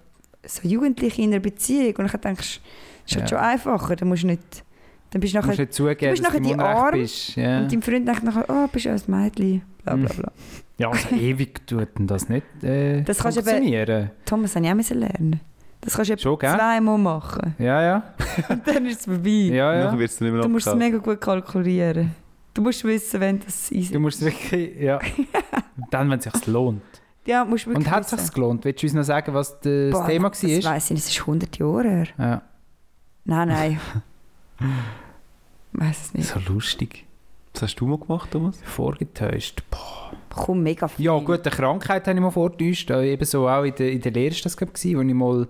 S5: so Jugendliche in einer Beziehung und dann denkst, das ist
S3: Ja.
S5: halt schon einfacher, dann musst du nicht... Dann bist du
S3: Du musst
S5: nachher...
S3: nicht zugeben,
S5: bist
S3: dass du
S5: nachher die
S3: im Unrecht
S5: Arme
S3: bist. Ja.
S5: Und dein Freund denkt nachher, oh, bist du ein Mädchen, bla bla bla.
S3: ja, also ewig tut denn das nicht äh,
S5: Das kannst du eben-
S3: funktionieren.
S5: Thomas, das musste ich auch lernen. Das kannst du etwa
S3: Schon, gell?
S5: zweimal machen.
S3: Ja, ja.
S5: Und dann ist es vorbei.
S3: ja,
S4: Nachher
S3: ja.
S4: wirst du nicht mehr
S5: Du musst es
S4: abgehauen.
S5: mega gut kalkulieren. Du musst wissen, wenn das easy
S3: Du musst wirklich... Ja. Dann, wenn es sich lohnt.
S5: Ja, musst wirklich
S3: Und hat es sich gelohnt? Willst du uns noch sagen, was das
S5: Boah,
S3: Thema
S5: Das
S3: war?
S5: weiss ich nicht, es ist 100 Jahre her.
S3: Ja.
S5: Nein, nein. Weiß es nicht.
S3: So lustig.
S4: Was hast du mal gemacht, Thomas?
S3: Vorgetäuscht. Boah.
S5: Komm, mega viel.
S3: Ja, gut, eine Krankheit habe ich mal vorgetäuscht. Äh, Ebenso auch in der, in der Lehre war das, glaube ich, wo ich mal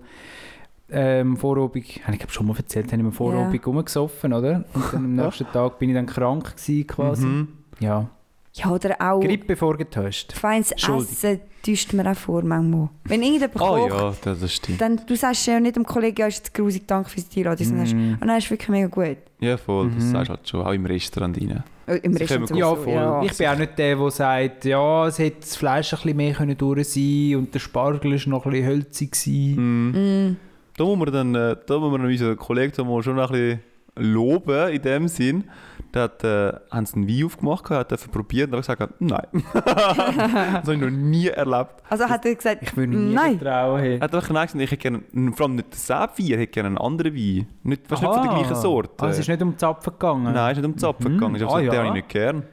S3: ähm, vorobig, habe ich glaube schon mal erzählt, habe ich mal vorobig rumgesoffen, oder? Und dann am nächsten Tag bin ich dann krank gewesen, quasi.
S4: Mhm.
S3: Ja.
S5: Ja, oder auch
S3: Grippe vorgetäuscht.
S5: feines
S3: Schuldig.
S5: Essen täuscht man auch vor manchmal. Wenn irgendjemand
S4: Ah
S5: kocht,
S4: ja, das, das stimmt.
S5: dann du sagst ja nicht dem Kollegen, ja, ist jetzt grusig, danke fürs Einladung. sondern sagst,
S3: Mm.
S5: Und dann ist wirklich mega gut.
S4: Ja, voll.
S3: Mhm.
S4: Das sagst du halt schon, auch im Restaurant rein.
S5: Oh, Im
S4: Sie
S5: Restaurant
S4: kommen
S3: Ja,
S5: sowieso,
S3: voll. Ich bin auch nicht der, der sagt, ja, es hätte das Fleisch ein bisschen mehr können durch sein und der Spargel war noch ein bisschen hölzig. gewesen.
S4: Mhm.
S5: Mm.
S4: Da muss man dann, äh, da muss man unseren Kollegen da muss man schon ein bisschen loben in dem Sinn. Da hat, äh, haben sie einen Wein aufgemacht, hat dafür probiert und dann gesagt, nein. das habe ich noch nie erlebt.
S5: Also hat er gesagt,
S3: Ich würde nie
S5: nein.
S3: vertrauen.
S4: Er
S3: Hey.
S4: hat einfach nein gesagt, ich hätte gerne, vor allem nicht denselben Wein, ich hätte gerne einen anderen Wein. Nicht, weißt, nicht von der
S3: Aha.
S4: gleichen Sorte.
S3: Ah, es ist nicht um die Zapfen gegangen?
S4: nein, ist nicht um die Zapfen
S3: Mhm.
S4: gegangen. Ich habe
S3: Ah,
S4: gesagt,
S3: ja.
S4: den habe ich nicht gern. Und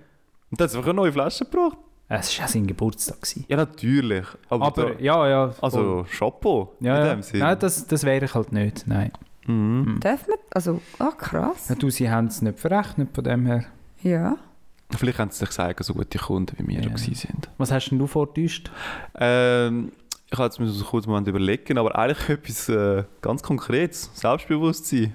S4: dann hat sie einfach eine neue Flasche gebracht.
S3: Es war ja sein Geburtstag. gewesen.
S4: Ja, natürlich. Aber,
S3: Aber
S4: da,
S3: ja, ja. voll.
S4: also, Chapeau
S3: ja,
S4: in
S3: ja.
S4: dem Sinn.
S3: Nein, das, das wäre ich halt nicht. Nein.
S4: mhm.
S3: Mm.
S5: Darf man? Also, ah, krass.
S3: Ja, du, sie haben es nicht verrechnet von dem her.
S5: Ja.
S4: Vielleicht haben sie sich sagen, so gute Kunden wie wir
S3: Ja.
S4: ja. sind.
S3: Was hast denn du vortäuscht?
S4: Ähm, ich habe jetzt mir so kurz einen Moment überlegen, aber eigentlich etwas äh, ganz Konkretes. Selbstbewusstsein.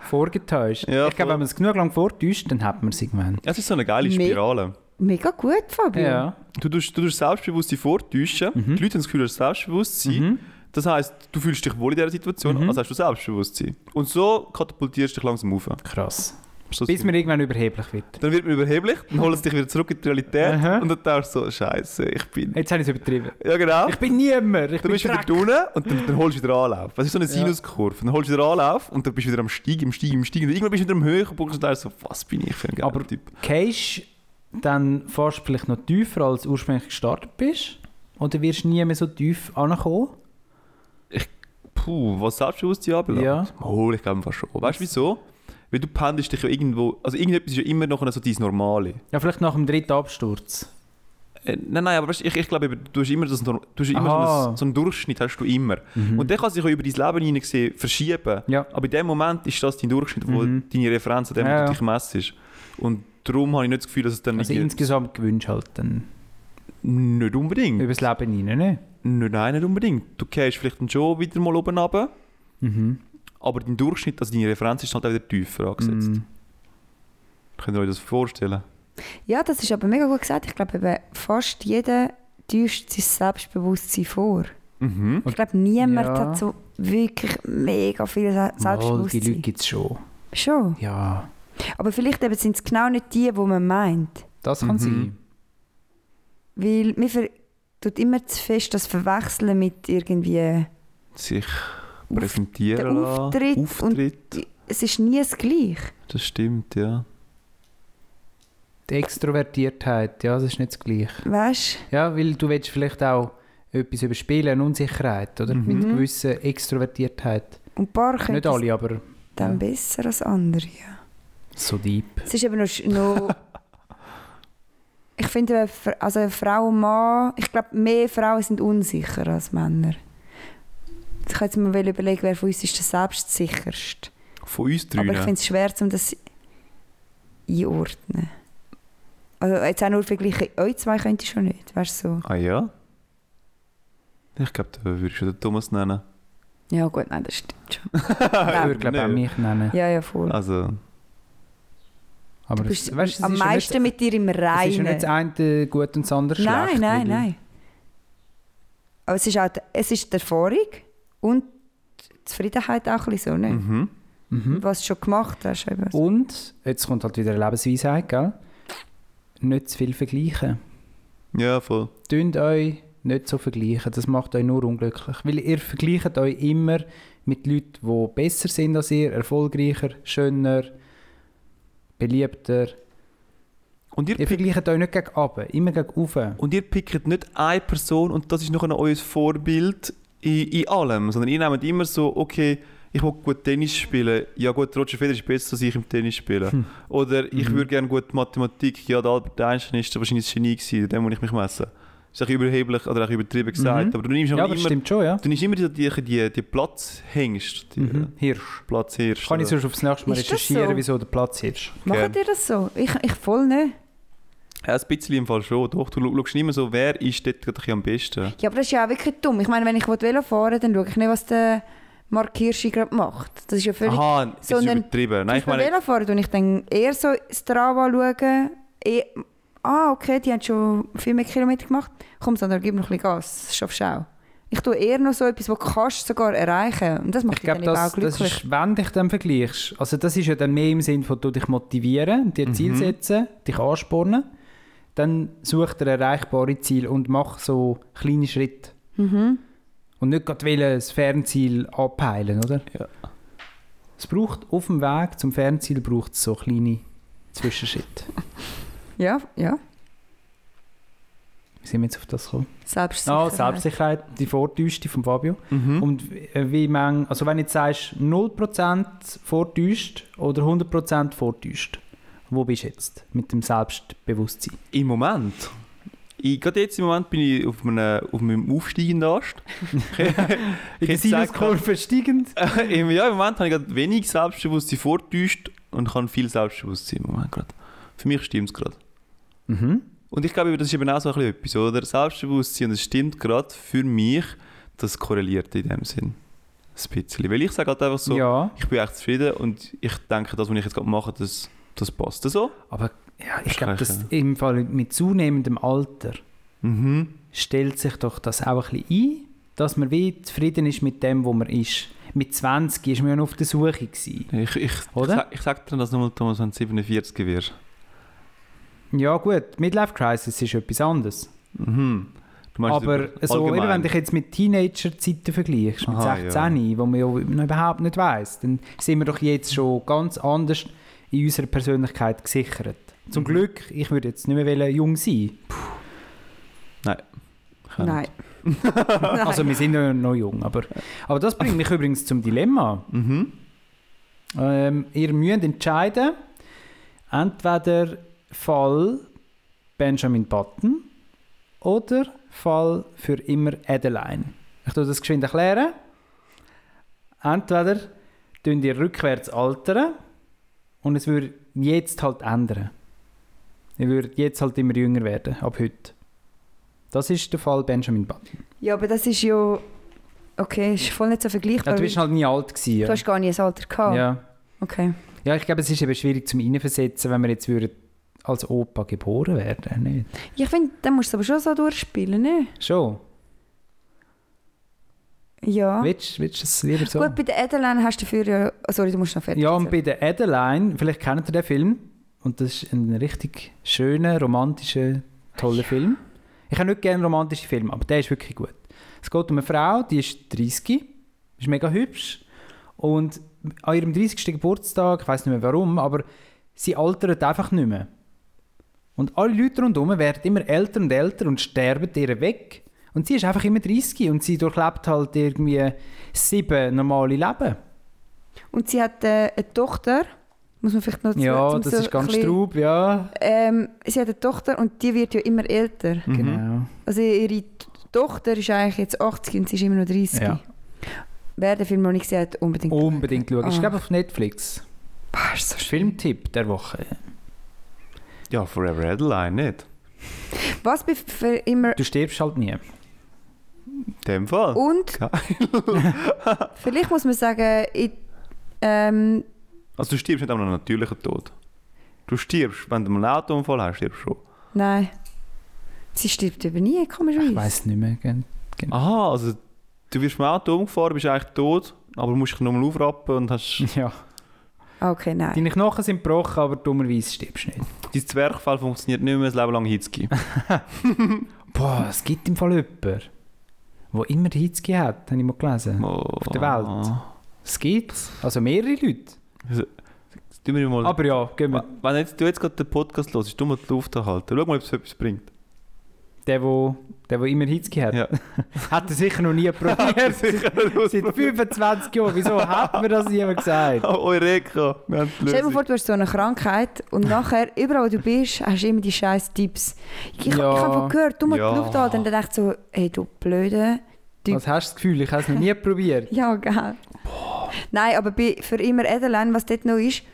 S3: Vorgetäuscht?
S4: Ja,
S3: ich glaube,
S4: voll.
S3: wenn man es genug lang vortäuscht, dann hat man es irgendwann.
S4: Es ist so eine geile
S5: Me-
S4: Spirale.
S5: Mega gut, Fabio.
S3: Ja.
S4: Du tust, du tust Selbstbewusstsein vortäuschen,
S3: Mhm.
S4: die Leute haben das Gefühl, du hast Selbstbewusstsein. Das heisst, du fühlst dich wohl in dieser Situation,
S3: Mhm.
S4: also hast du Selbstbewusstsein. Und so katapultierst du dich langsam auf.
S3: Krass.
S4: So
S3: Bis man irgendwann überheblich wird.
S4: dann wird man überheblich, dann holen sie dich wieder zurück in die Realität
S3: Aha.
S4: und dann denkst du so, Scheiße, ich bin.
S3: Jetzt habe ich es übertrieben.
S4: Ja, genau.
S3: Ich bin niemand. Ich
S4: Dann
S3: bin
S4: bist du wieder
S3: Dreck.
S4: drinnen und dann, dann holst du wieder Anlauf. Das ist so eine Sinuskurve. Dann holst du wieder Anlauf und dann bist du wieder am Steigen, am Steigen, am Steigen. Und irgendwann bist du wieder am Höhepunkt und denkst so, was bin ich für ein geiler
S3: Aber-
S4: Typ.
S3: Gehst dann fast vielleicht noch tiefer, als du ursprünglich gestartet bist? Oder wirst du nie mehr so tief ankommen?
S4: Puh, was Selbstbewusstsein anbelangt.
S3: Ja.
S4: Oh, ich glaube fast schon. Weißt du wieso? Weil du pendelst dich ja irgendwo, also irgendetwas ist ja immer noch so dein Normale.
S3: Ja, vielleicht nach dem dritten Absturz.
S4: Äh, nein, nein, aber weißt, du, ich, ich glaube, eben, du hast immer, das, Nor- du hast immer
S3: Aha.
S4: so, einen, so einen Durchschnitt, hast du immer. Und der kann sich auch über dein Leben hinein gesehen verschieben.
S3: Ja.
S4: Aber in dem Moment ist das dein Durchschnitt, wo
S3: Mhm.
S4: deine Referenz an dem
S3: Ja,
S4: du
S3: ja.
S4: dich messest. Und darum habe ich nicht das Gefühl, dass es dann
S3: Also
S4: irgendwie-
S3: insgesamt gewünscht halt dann
S4: Nicht unbedingt.
S3: übers Leben hinein, ne?
S4: Nicht, nein, nicht unbedingt. Du gehst vielleicht dann schon wieder mal oben runter,
S3: Mhm.
S4: aber dein Mhm. Durchschnitt, also deine Referenz ist halt auch wieder tiefer angesetzt.
S3: Mhm.
S4: Könnt ihr euch das vorstellen?
S5: Ja, das ist aber mega gut gesagt. Ich glaube, eben, fast jeder täuscht sein Selbstbewusstsein vor.
S4: Mhm.
S5: Ich glaube, niemand
S3: Ja.
S5: hat so wirklich mega viel Se-
S3: Mal, die Leute
S5: Selbstbewusstsein.
S3: gibt es schon.
S5: Schon.
S3: Ja,
S5: Aber vielleicht eben sind es genau nicht die, die man meint.
S3: das kann
S4: Mhm.
S3: sein.
S5: Weil man ver tut immer zu fest das Verwechseln mit irgendwie...
S4: Sich
S5: Auf-
S4: präsentieren
S5: der
S4: lassen.
S5: Auftritt und-
S4: Auftritt.
S5: Es ist nie das Gleiche.
S4: Das stimmt, ja.
S3: Die Extrovertiertheit, ja, das ist nicht das Gleiche.
S5: Weißt
S3: Ja, weil du willst vielleicht auch etwas überspielen, eine Unsicherheit, oder?
S4: Mhm.
S3: Mit gewisser Extrovertiertheit.
S5: du? Und ein paar
S3: Nicht
S5: können es
S3: alle, aber
S5: dann
S3: ja.
S5: besser als andere. Ja.
S3: so deep.
S5: Es ist eben noch... sch- noch ich finde, eben, Fra- also Frau und Mann... Ich glaube, mehr Frauen sind unsicher als Männer. Ich könnte mir mal überlegen, wer von uns ist der selbstsicherste.
S4: Von uns
S5: Aber ich
S4: drüben.
S5: finde es schwer, um das einordnen. Also jetzt auch nur vergleichen, euch zwei könnt ihr schon nicht, weißt du so.
S4: Ah ja? Ich glaube, da würde ich schon den Thomas nennen.
S5: Ja gut, nein, das stimmt schon.
S3: Ich würde glaube auch
S4: Nein.
S3: mich nennen.
S5: Äh, Ja, ja, voll.
S4: Also,
S3: Aber
S5: du bist
S3: es- weißt, es
S5: am
S3: ist ja nicht,
S5: meisten mit dir im
S3: Es ist ja
S5: Reinen.
S3: nicht das eine gut und das andere
S5: nein,
S3: schlecht.
S5: nein,
S3: weil-
S5: nein. Aber es ist auch die- es ist die Erfahrung und die Zufriedenheit auch ein bisschen so, nicht?
S4: mhm.
S3: Mhm.
S5: Was du schon gemacht hast. Eben.
S3: Und, jetzt kommt halt wieder eine Lebensweisheit, gell? Nicht zu viel vergleichen.
S4: ja, voll.
S3: Tönt euch nicht so vergleichen, das macht euch nur unglücklich. Weil ihr vergleicht euch immer mit Leuten, die besser sind als ihr, erfolgreicher, schöner, beliebter.
S4: Und ihr,
S3: Ihr
S4: pick,
S3: vergleicht euch nicht gegen oben, immer gegen oben.
S4: und ihr pickt nicht eine Person und das ist noch euer Vorbild in, in allem, sondern ihr nehmt immer so, okay, ich will gut Tennis spielen. Ja gut, Roger Federer ist besser als ich im Tennis spielen.
S3: Hm.
S4: Oder ich
S3: Mhm.
S4: würde gerne gut Mathematik. Ja, der Albert Einstein ist wahrscheinlich ein Genie gewesen, dem muss ich mich messen. Das ist ein bisschen überheblich oder auch übertrieben gesagt,
S3: Mhm.
S4: aber du nimmst
S3: Ja,
S4: aber
S3: aber das
S4: immer,
S3: stimmt schon, ja.
S4: du nimmst immer die, die, die, die Platzhengst, die
S3: Mhm. Hirsch.
S4: Platz hier.
S3: Kann ich sonst aufs nächste Mal
S5: Ist das
S3: recherchieren,
S5: so?
S3: wieso der Platz Hirsch.
S5: Macht ihr das so? Ich, ich voll nicht.
S4: Ja, ein bisschen im Fall schon. Doch, du schau- schaust immer so, wer ist dort gerade ein bisschen am besten.
S5: Ja, aber das ist ja auch wirklich dumm. Ich meine, wenn ich Velo fahren will, dann schaue ich nicht, was der Mark Hirschi gerade macht. Das ist ja völlig
S4: Aha, das ist
S5: sondern-
S4: übertrieben. Nein, ich
S5: beim
S4: meine,
S5: Velofahren schaue ich dann eher so Strava. Schauen, eh- ah, okay, die haben schon viel mehr Kilometer gemacht. Komm, Sandra, gib noch ein bisschen Gas. Das schaffst du auch. Ich tue eher noch so etwas, was du kannst sogar erreichen Und das macht
S3: Ich
S5: mich dann
S3: glaube,
S5: eben
S3: das,
S5: auch
S3: das
S5: glücklich.
S3: ist, wenn dich dann vergleichst, also das ist ja dann mehr im Sinn von du dich motivieren, dir Ziel
S4: Mhm.
S3: setzen, dich anspornen, dann such dir erreichbare Ziel und mach so kleine Schritte.
S5: Mhm.
S3: Und nicht gerade wollen, das Fernziel abpeilen, oder?
S4: Ja.
S3: Es braucht auf dem Weg zum Fernziel braucht es so kleine Zwischenschritte.
S5: Ja, ja.
S3: Wie sind wir jetzt auf das gekommen?
S5: Selbstsicherheit.
S3: Ah, Selbstsicherheit, die vortäuschte von Fabio.
S4: mhm.
S3: Und wie- äh, wie man, also wenn du jetzt sagst 0% vortäuscht oder 100% vortäuscht, wo bist du jetzt mit dem Selbstbewusstsein?
S4: im Moment. Ich, gerade jetzt im Moment bin ich auf, einem, auf meinem aufsteigenden Ast.
S3: In der
S4: hätte gesagt, Äh,
S3: Sinuskurve steigend.
S4: Im, ja, im Moment habe ich gerade wenig Selbstbewusstsein vortäuscht und habe viel Selbstbewusstsein im Moment gerade. Für mich stimmt es gerade.
S3: Mhm.
S4: Und ich glaube, das ist eben auch so ein bisschen etwas, oder? Selbstbewusstsein, und es stimmt gerade für mich, das korreliert in dem Sinn. Ein bisschen. Weil ich sage halt einfach so,
S3: Ja,
S4: ich bin echt zufrieden und ich denke, das, was ich jetzt gerade mache, das, das passt Also? so.
S3: aber ja, ich glaube, das
S4: Schlecht,
S3: im Fall mit zunehmendem Alter
S4: Mhm.
S3: stellt sich doch das auch ein bisschen ein, dass man wie zufrieden ist mit dem, wo man ist. Mit 20 ist man ja noch auf der Suche. Gewesen.
S4: Ich, ich,
S3: Oder?
S4: ich, sag, ich sag dir das nochmal, Thomas, wenn du 47 wirst.
S3: Ja gut, Midlife Crisis ist etwas anderes.
S4: Mhm. Du meinst
S3: Aber
S4: über-
S3: so, eben, wenn
S4: allgemein. Ah,
S3: du dich jetzt mit Teenager-Zeiten vergleichst, mit
S4: Aha,
S3: 16, wo man ja noch überhaupt nicht weiss, dann sind wir doch jetzt schon ganz anders in unserer Persönlichkeit gesichert. Zum
S4: Mhm.
S3: Glück, ich würde jetzt nicht mehr wollen, jung sein.
S4: Keine.
S5: Nein. Nein.
S3: Also wir sind ja noch jung, aber, aber das bringt mich übrigens zum Dilemma.
S4: Mhm.
S3: Ähm, ihr müsst entscheiden, entweder Fall Benjamin Button oder Fall für immer Adeline. Ich tue das geschwind erklären. Entweder tun ihr rückwärts altern und es würde jetzt halt ändern. Ihr würdet jetzt halt immer jünger werden, ab heute. Das ist der Fall Benjamin Button.
S5: ja, aber das ist ja... Okay, ist voll nicht so vergleichbar.
S3: Ja, du bist
S5: weil
S3: halt nie alt gewesen.
S5: du
S3: Ja.
S5: hast gar nie ein Alter gehabt.
S3: ja.
S5: Okay.
S3: Ja, ich glaube, es ist eben schwierig zum Reinversetzen, wenn wir jetzt würden als Opa geboren werden, nicht?
S5: Ich finde, dann musst du es aber schon so durchspielen, ne?
S3: Schon.
S5: Ja.
S3: Willst, willst du es lieber so?
S5: Ah. Gut, bei der Adeline hast du dafür ja... oh, Sorry, du musst noch fertig
S3: Ja, und
S5: erzählen.
S3: bei der Adeline, vielleicht kennt ihr den Film, und das ist ein richtig schöner, romantischer, toller Film. Ich habe nicht gerne romantische Filme, aber der ist wirklich gut. Es geht um eine Frau, die ist 30, ist mega hübsch und an ihrem 30. Geburtstag, ich weiß nicht mehr warum, aber sie altert einfach nicht mehr. Und alle Leute rundherum werden immer älter und älter und sterben ihr weg. Und sie ist einfach immer 30 und sie durchlebt halt irgendwie sieben normale Leben.
S5: Und sie hat äh, eine Tochter. Muss man vielleicht noch zu-
S3: Ja,
S5: zum
S3: das
S5: so
S3: ist ganz
S5: ein bisschen-
S3: straub, ja.
S5: Ähm, sie hat eine Tochter und die wird ja immer älter.
S3: Genau.
S5: Also ihre T- Tochter ist eigentlich jetzt 80 und sie ist immer noch 30.
S3: Ja. Oh.
S5: Wer den Film noch nicht gesehen hat, unbedingt.
S3: Unbedingt schauen. Ist,
S5: Ah.
S3: glaube auf Netflix.
S5: Boah, ist so schön.
S3: Filmtipp der Woche.
S4: Ja, Forever Adeline, nicht?
S5: Was bei für immer...
S3: Du stirbst halt nie.
S4: In dem Fall.
S3: Oh.
S5: Und
S4: Geil.
S5: vielleicht muss man sagen, in, ähm,
S4: Also du stirbst nicht an einem natürlichen Tod. Du stirbst, wenn du einen Autounfall hast, stirbst du schon.
S5: nein. Sie stirbt eben nie,
S3: Ich
S5: komischerweise.
S3: weiß nicht mehr. gen-
S4: Aha, also du wirst mit dem Auto umgefahren, bist eigentlich tot, aber musst dich nochmal aufrappen und hast...
S3: Ja.
S5: Ah, Okay, nein.
S3: Deine Knochen sind gebrochen, aber dummerweise stirbst du nicht.
S4: Dein Zwerchfell funktioniert nicht mehr, ein Leben lang Hitzki.
S3: Boah, es gibt im Fall jemanden, der immer Hitzki hat, habe ich mal gelesen.
S4: Auf
S3: der Welt. Es gibt Also mehrere Leute.
S4: Tun wir mal...
S3: Aber ja, gehen wir.
S4: wenn jetzt, du jetzt gerade den Podcast hörst, du mal die Luft anhalten. Schau mal, ob es etwas bringt.
S3: Der, der, der, der immer Hitzki hat,
S4: Ja.
S3: hat er sicher noch nie probiert. Seit 25 Jahren. Wieso hat mir das niemand gesagt?
S4: Oh, Eureka, wir haben die
S5: Stell dir mal
S4: Lösung.
S5: vor, du hast so eine Krankheit und nachher, überall wo du bist, hast du immer die scheiß Tipps. Ich, ich
S3: Ja.
S5: habe von gehört, du musst
S4: Ja.
S5: die Luft an, dann dachte ich so, hey du blöde. Typ.
S3: Was hast du das Gefühl? Ich habe es noch nie probiert.
S5: Ja, gell. Nein, aber bei, für immer Adeline, was dort noch ist,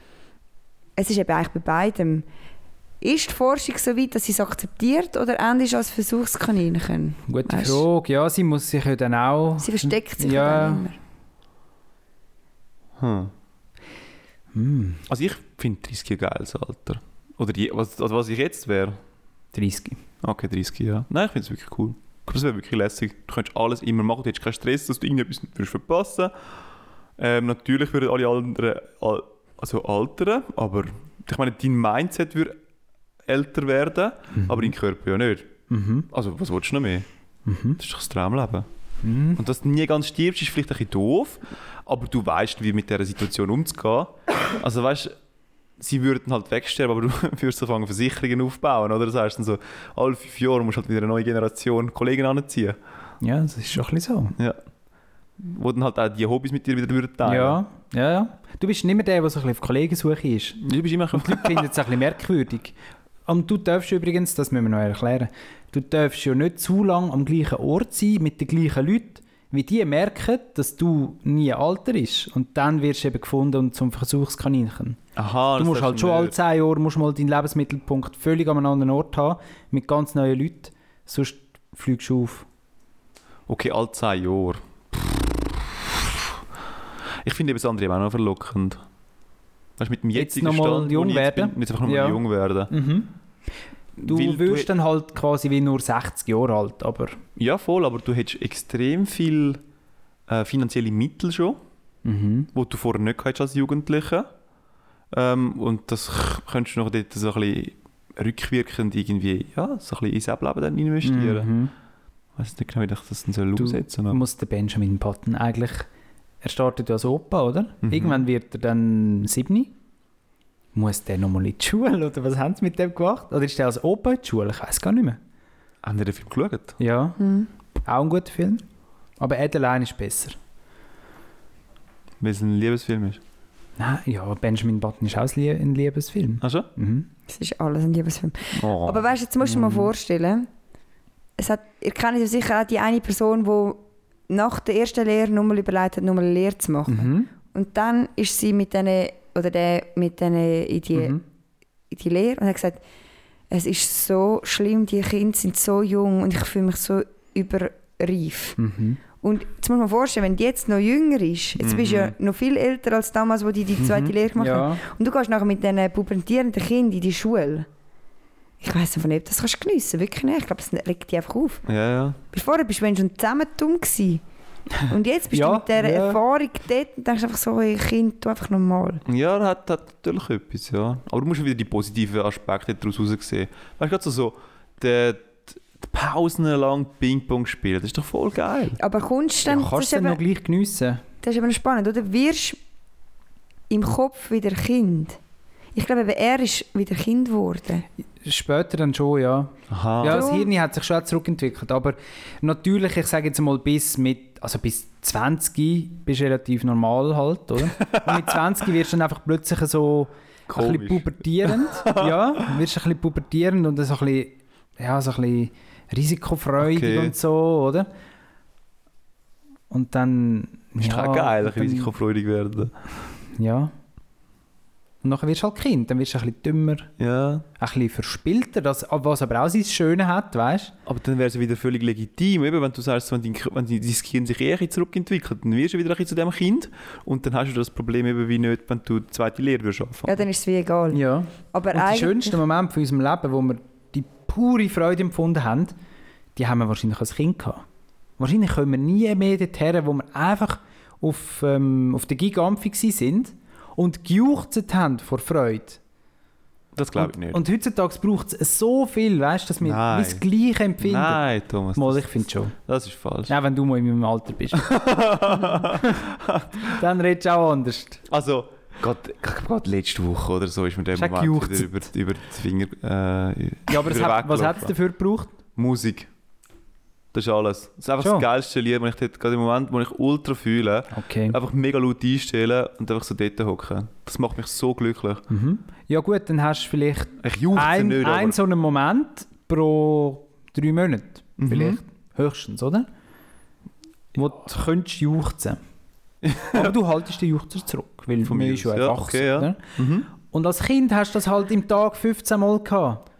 S5: es ist eben eigentlich bei beidem. Ist die Forschung so weit, dass sie es akzeptiert oder endest als Versuchskaninchen?
S3: Gute
S5: Weißt-
S3: Frage. Ja, sie muss sich ja dann auch.
S5: Sie versteckt sich
S3: Ja.
S5: dann immer.
S4: Hm.
S3: Hm,
S4: Also ich finde 30 ein geiles Alter. Oder je, was, also was ich jetzt wäre.
S3: 30.
S4: Okay, 30, ja. Nein, ich finde es wirklich cool. Ich glaub, Das wäre wirklich lässig. Du könntest alles immer machen, du hättest keinen Stress, dass du irgendetwas würdest verpassen ähm, Natürlich würden alle anderen al also altern, aber ich meine, dein Mindset würde älter werden, aber dein Körper ja nicht.
S3: Mhm.
S4: Also was willst du noch mehr?
S3: Mhm.
S4: Das ist doch das Traumleben.
S3: Mhm.
S4: Und dass du nie ganz stirbst, ist vielleicht ein bisschen doof, aber du weißt, wie mit dieser Situation umzugehen. Also weißt sie würden halt wegsterben, aber du würdest anfangen, Versicherungen aufbauen, oder? Das heißt dann so, alle fünf Jahre musst du halt wieder eine neue Generation Kollegen anziehen,
S3: Ja, das ist schon ein bisschen so.
S4: die dann halt auch die Hobbys mit dir wieder würden teilen
S3: Ja, ja, ja. Du bist nicht mehr der, der so ein bisschen auf Kollegensuche ist.
S4: Du bist immer ein
S3: Die Leute finden es ein bisschen merkwürdig. Und du darfst übrigens, das müssen wir noch erklären, du darfst ja nicht zu lange am gleichen Ort sein, mit den gleichen Leuten, weil die merken, dass du nie alter bist. Und dann wirst du eben gefunden und zum Versuchskaninchen.
S4: Aha,
S3: Du
S4: das
S3: musst halt
S4: darfst
S3: schon
S4: du
S3: alle
S4: nicht.
S3: 10 Jahre musst du mal deinen Lebensmittelpunkt völlig an einem anderen Ort haben, mit ganz neuen Leuten, sonst fliegst du auf.
S4: Okay, alle zehn Jahre. Ich finde eben das andere eben auch noch verlockend. Weißt du, mit dem
S3: Jetzt
S4: jetzigen
S3: noch mal
S4: Stand, wo
S3: jung
S4: ich jetzt
S3: werden?
S4: Bin, jetzt einfach nochmal
S3: Ja.
S4: jung werden.
S3: Mhm. Du
S4: Weil
S3: wirst dann halt quasi wie nur 60 Jahre alt, aber
S4: Ja, voll, aber du hättest extrem viel äh, finanzielle Mittel schon,
S3: Mhm.
S4: wo du vorher nicht gehabt hast als Jugendlicher. Ähm, und das k- könntest du noch dort so ein bisschen rückwirkend irgendwie, ja, so ein bisschen ins Ableben dann investieren.
S3: Mhm.
S4: Ich weiß nicht genau, wie ich das dann soll
S3: Du-
S4: umsetzen
S3: Du
S4: soll.
S3: musst den Benjamin Button eigentlich, er startet ja als Opa, oder?
S4: Mhm.
S3: Irgendwann wird er dann 7. Muss der nochmal in die Schule oder was haben sie mit dem gemacht? Oder ist der als Opa in die Schule? Ich weiß gar nicht mehr.
S4: Haben ihr den Film geschaut?
S3: Ja,
S5: Hm.
S3: auch ein guter Film. Aber Adeline ist besser.
S4: Weil es ein Liebesfilm ist.
S3: Nein, ja, Benjamin Button ist auch ein Lie- ein Liebesfilm.
S4: Hast du?
S3: Mhm.
S5: Es ist alles ein Liebesfilm.
S4: Oh.
S5: Aber weißt du, jetzt musst du dir mal vorstellen, es hat, ihr kennt ja sicher auch die eine Person, die nach der ersten Lehre nur mal überlegt hat, nur mal eine Lehre zu machen.
S3: Mhm.
S5: Und dann ist sie mit denen, oder der mit denen in die,
S3: Mhm.
S5: in die Lehre und hat gesagt, es ist so schlimm, die Kinder sind so jung und ich fühle mich so überreif.
S3: Mhm.
S5: Und jetzt muss man vorstellen, wenn die jetzt noch jünger ist, jetzt bist du ja noch viel älter als damals, wo die die zweite Lehre gemacht haben.
S3: Mhm. Ja.
S5: Und du gehst nachher mit diesen pubertierenden Kindern in die Schule. Ich weiß einfach nicht, ob das kannst du geniessen Wirklich nicht. Ich glaube, das regt dich einfach auf.
S4: Ja, ja.
S5: Bevor bist du Mensch und zusammen dumm gewesen. Und jetzt bist
S3: Ja,
S5: du mit dieser
S3: ja.
S5: Erfahrung dort und denkst einfach so, hey Kind, tu einfach normal.
S4: Ja, er hat, hat natürlich etwas, ja. Aber du musst wieder die positiven Aspekte daraus raussehen. Weißt du, gerade so, so die, die Pausen lang Ping-Pong spielen, das ist doch voll geil.
S5: Aber kommst du dann,
S3: ja,
S5: das,
S3: kannst
S5: ist
S3: du dann noch
S5: eben,
S3: gleich geniessen?
S5: das ist eben spannend, oder? Wirst im Kopf wieder Kind. Ich glaube, eben, er ist wieder Kind geworden.
S3: Später dann schon, ja.
S4: Aha.
S3: Ja, das
S5: Darum-
S3: Hirn hat sich schon auch zurückentwickelt, aber natürlich, ich sage jetzt mal bis mit, also bis 20 bist du relativ normal halt, oder? Und mit 20 wirst du dann einfach plötzlich so ein bisschen
S4: Komisch.
S3: pubertierend, ja, wirst ein bisschen pubertierend und so ein bisschen, ja, so ein bisschen risikofreudig
S4: Okay.
S3: und so, oder? Und dann,
S4: Ist
S3: ja,
S4: doch auch geil, ein
S3: und dann-
S4: bisschen risikofreudig werden.
S3: Ja. Und nachher wirst du halt Kind, dann wirst du ein bisschen dümmer, ein
S4: Ja.
S3: bisschen verspielter, das, was aber auch sein Schöne hat, weißt
S4: Aber dann wäre es ja wieder völlig legitim, eben, wenn du sagst, wenn dein, K- wenn dein dein Kind sich eher ein bisschen zurückentwickelt, dann wirst du wieder ein bisschen zu dem Kind und dann hast du das Problem eben wie nicht, wenn du die zweite Lehre würdest anfangen.
S5: Ja, dann ist es wie egal.
S3: du? Ja.
S5: Aber
S3: Und die
S5: eigentlich,
S3: schönsten Momente von unserem Leben, wo wir die pure Freude empfunden haben, die haben wir wahrscheinlich als Kind gehabt. Wahrscheinlich kommen wir nie mehr dorthin, wo wir einfach auf, ähm, auf der Gigampfi gsi sind und gejuchzt haben vor Freude.
S4: das glaube ich nicht.
S3: Und heutzutage braucht es so viel, weißt, dass wir
S4: Nein.
S3: wie das Gleiche empfinden.
S4: Nein, Thomas,
S3: Mal,
S4: das,
S3: ich finde schon.
S4: das ist falsch.
S3: Auch wenn du mal in meinem Alter bist. Dann redest du auch anders.
S4: Also, gerade gerade letzte Woche oder so ist mir der
S3: Ist auch
S4: Moment
S3: gejuchzt.
S4: wieder über, über die Finger äh,
S3: Ja, aber es
S4: über den
S3: hat,
S4: Weg
S3: was hat es
S4: gelaufen.
S3: dafür gebraucht?
S4: Musik. Das ist alles. Das ist einfach
S3: Schon?
S4: das geilste Lied, das ich dort- gerade im Moment, wo ich ultra fühle,
S3: Okay.
S4: einfach mega laut einstellen und einfach so dort hocken. Das macht mich so glücklich.
S3: Mhm. Ja gut, dann hast du vielleicht
S4: Ich juchze
S3: ein,
S4: nicht,
S3: ein
S4: aber...
S3: so einen Moment pro drei Monate,
S4: Mhm.
S3: vielleicht. Höchstens, oder? Wo du könntest juchzen. Aber du haltest den Juchzer zurück, weil
S4: Von
S3: Von mir
S4: mir
S3: ist ja
S4: aus,
S3: ein
S4: ja,
S3: Wachs,
S4: okay, ja.
S3: oder?
S4: Mhm.
S3: Und als Kind hast du das halt im Tag 15 Mal gehabt.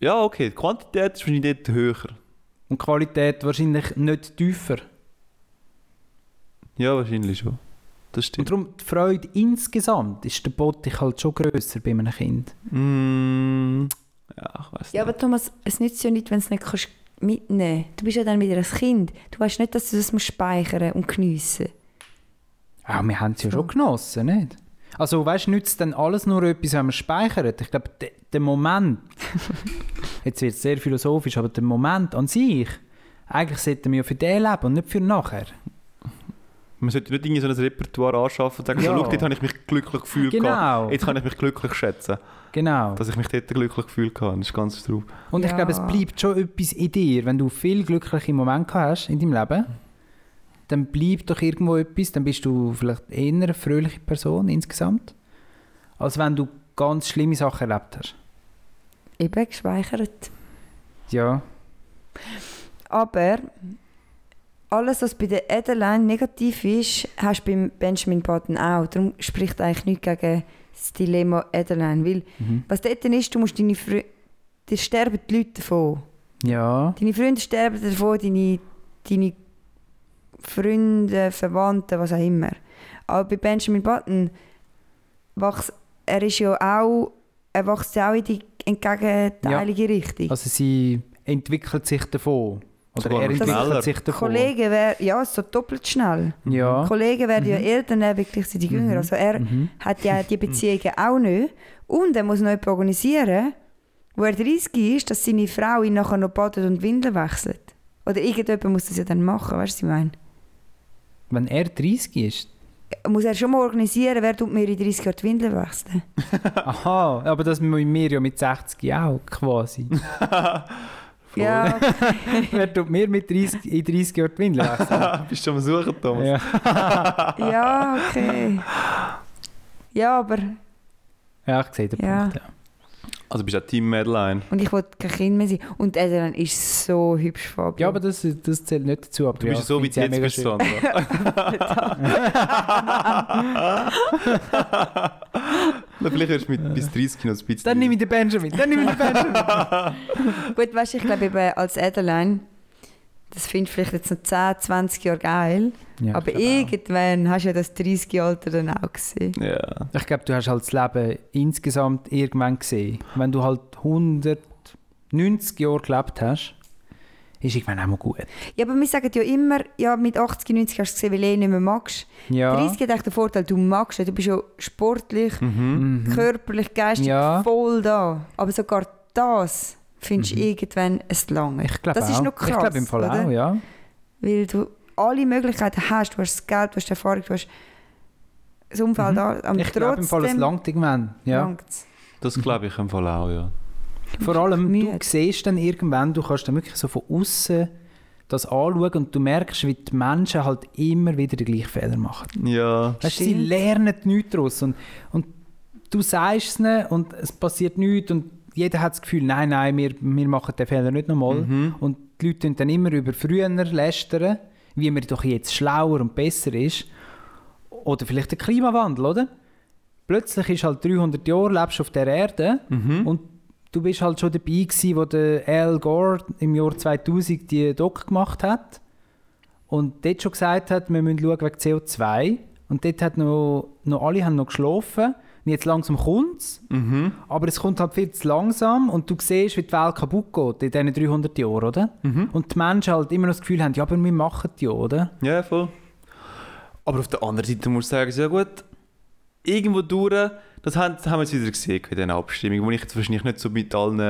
S4: Ja, okay. Die Quantität ist wahrscheinlich dort höher.
S3: Und die Qualität wahrscheinlich nicht tiefer.
S4: Ja, wahrscheinlich schon. Das
S3: Und
S4: stimmt.
S3: darum, die Freude insgesamt ist der Bottich halt schon grösser bei einem Kind.
S4: Mm, ja, ich weiß
S5: ja,
S4: nicht.
S5: aber Thomas, es nützt ja nicht, wenn du es nicht kannst mitnehmen kannst. Du bist ja dann wieder ein Kind. Du weißt nicht, dass du das musst speichern und geniessen
S3: Ja, Ah, wir haben es ja
S5: So.
S3: schon genossen, nicht? Also, weißt du, nützt dann alles nur etwas, wenn man speichert? Ich glaube, de- der Moment, jetzt wird es sehr philosophisch, aber der Moment an sich, eigentlich sollten wir ja für den leben und nicht für nachher.
S4: Man sollte nicht irgendwie so ein Repertoire anschaffen und sagen,
S3: Ja.
S4: so, schau, dort habe ich mich glücklich gefühlt. gehabt.
S3: Genau,
S4: Jetzt kann ich mich glücklich schätzen,
S3: genau.
S4: dass ich mich dort glücklich gefühlt habe. Das ist ganz drauf.
S3: Und ich
S5: Ja.
S3: glaube, es bleibt schon etwas in dir. Wenn du viel glückliche Momente gehabt hast in deinem Leben, dann bleibt doch irgendwo etwas, dann bist du vielleicht eher eine fröhliche Person insgesamt, als wenn du ganz schlimme Sachen erlebt hast.
S5: Eben gespeichert.
S3: Ja.
S5: Aber alles, was bei der Adeline negativ ist, hast du beim Benjamin Button auch. Darum spricht eigentlich nichts gegen das Dilemma Adeline. Weil
S3: Mhm.
S5: was dort ist, du musst deine Freunde... Dir sterben die Leute davon.
S3: Ja.
S5: Deine Freunde sterben davon, deine, deine Freunde, Verwandte, was auch immer. Aber bei Benjamin Button, wachs, er ist ja auch, er wächst ja auch in die entgegenteilige Richtung.
S3: Also sie entwickelt sich davon. Oder
S4: Sogar
S3: er
S4: noch
S3: entwickelt
S4: schneller.
S3: sich davon.
S5: Kollegen wären, ja, so doppelt schnell.
S3: Ja.
S5: Kollegen werden ja
S3: Mhm.
S5: eher dann auch wirklich die Jünger.
S3: Mhm.
S5: Also er
S3: Mhm.
S5: hat ja die Beziehungen auch nicht. Und er muss noch jemanden organisieren, wo er 30 ist, dass seine Frau ihn nachher noch badet und Windeln wechselt. Oder irgendjemand muss das ja dann machen, weißt du, was ich meine?
S3: Wenn er 30 ist.
S5: muss er schon mal organisieren, wer tut mir in 30 Jahren die Windeln wechseln.
S3: Aha, aber das müssen wir ja mit 60 auch quasi.
S5: Ja,
S3: Wer tut mir mit 30, in 30 Jahren die Windeln wechseln?
S4: Bist du am Suchen, Thomas?
S3: ja.
S5: ja, okay. Ja, aber...
S3: ja, ich sehe den
S5: Ja.
S3: Punkt. Ja.
S4: Also bist du auch Team Madeline?
S5: Und ich wollte kein Kind mehr sein. Und Adeline ist so hübsch, Fabio.
S3: ja, aber das, das zählt nicht dazu. Aber
S4: Du
S3: ja,
S4: bist ja so wie
S3: ich
S4: die jetzt bist,
S3: find's ja mega schön.
S4: Sandra. Na, Vielleicht wirst du mit bis 30 noch ein bisschen...
S3: Dann nehme ich den Benjamin, dann nehme ich den Benjamin.
S5: Gut, weißt du, ich glaube eben als Adeline, das findest du vielleicht jetzt noch 10, 20 Jahre geil.
S3: Ja,
S5: aber
S3: ich glaube auch.
S5: irgendwann hast du ja das 30-Alter dann auch gesehen.
S4: Ja.
S3: Ich glaube, du hast halt das Leben insgesamt irgendwann gesehen. Wenn du halt 190 Jahre gelebt hast, ist irgendwann auch mal gut.
S5: Ja, aber wir sagen ja immer, ja, mit 80, 90 hast du gesehen, weil du eh nicht mehr magst.
S3: Ja.
S5: 30 hat echt den Vorteil, du magst ihn. Du bist ja sportlich,
S4: Mhm.
S3: Mhm.
S5: körperlich, geistig
S3: Ja. Mhm.
S5: voll da. Aber sogar das findest du irgendwann es lange.
S3: Ich glaube
S5: Das ist
S3: auch.
S5: noch krass,
S3: Ich glaube im Fall
S5: oder?
S3: auch, ja.
S5: Weil du alle Möglichkeiten hast. Du hast das Geld, du hast die Erfahrung, du hast das Umfeld
S3: Mhm.
S5: da. Aber
S3: ich glaube im Fall, es
S5: trotzdem
S3: langt irgendwann. Ja.
S5: langt's.
S4: Das glaube ich im Fall auch, ja.
S3: Vor allem, du
S5: müde.
S3: siehst dann irgendwann, du kannst dann wirklich so von außen das anschauen und du merkst, wie die Menschen halt immer wieder den gleichen Fehler machen.
S4: Ja.
S3: Weißt, du, sie
S5: Stimmt.
S3: lernen nichts daraus. Und, und du sagst es ihnen und es passiert nichts und jeder hat das Gefühl, nein, nein, wir, wir machen den Fehler nicht nochmal. Und die Leute tun dann immer über früher lästern, wie man doch jetzt schlauer und besser ist. Oder vielleicht der Klimawandel, oder? Plötzlich ist halt 300 Jahre, lebst du auf der Erde und du bist halt schon dabei gewesen, wo der Al Gore im Jahr 2000 die Doc gemacht hat und dort schon gesagt hat, wir müssen schauen wegen CO2 und dort hat noch, noch alle haben noch geschlafen und jetzt langsam kommt es,
S4: Mhm.
S3: aber es kommt halt viel zu langsam und du siehst, wie die Welt kaputt geht in diesen 300 Jahren, oder?
S4: Mhm.
S3: Und die Menschen halt immer noch das Gefühl haben, ja, aber wir machen die, oder?
S4: Ja, voll. Aber auf der anderen Seite muss ich sagen, ja gut, irgendwo durch, das haben, haben wir jetzt wieder gesehen in diesen Abstimmungen, wo ich jetzt wahrscheinlich nicht so mit allen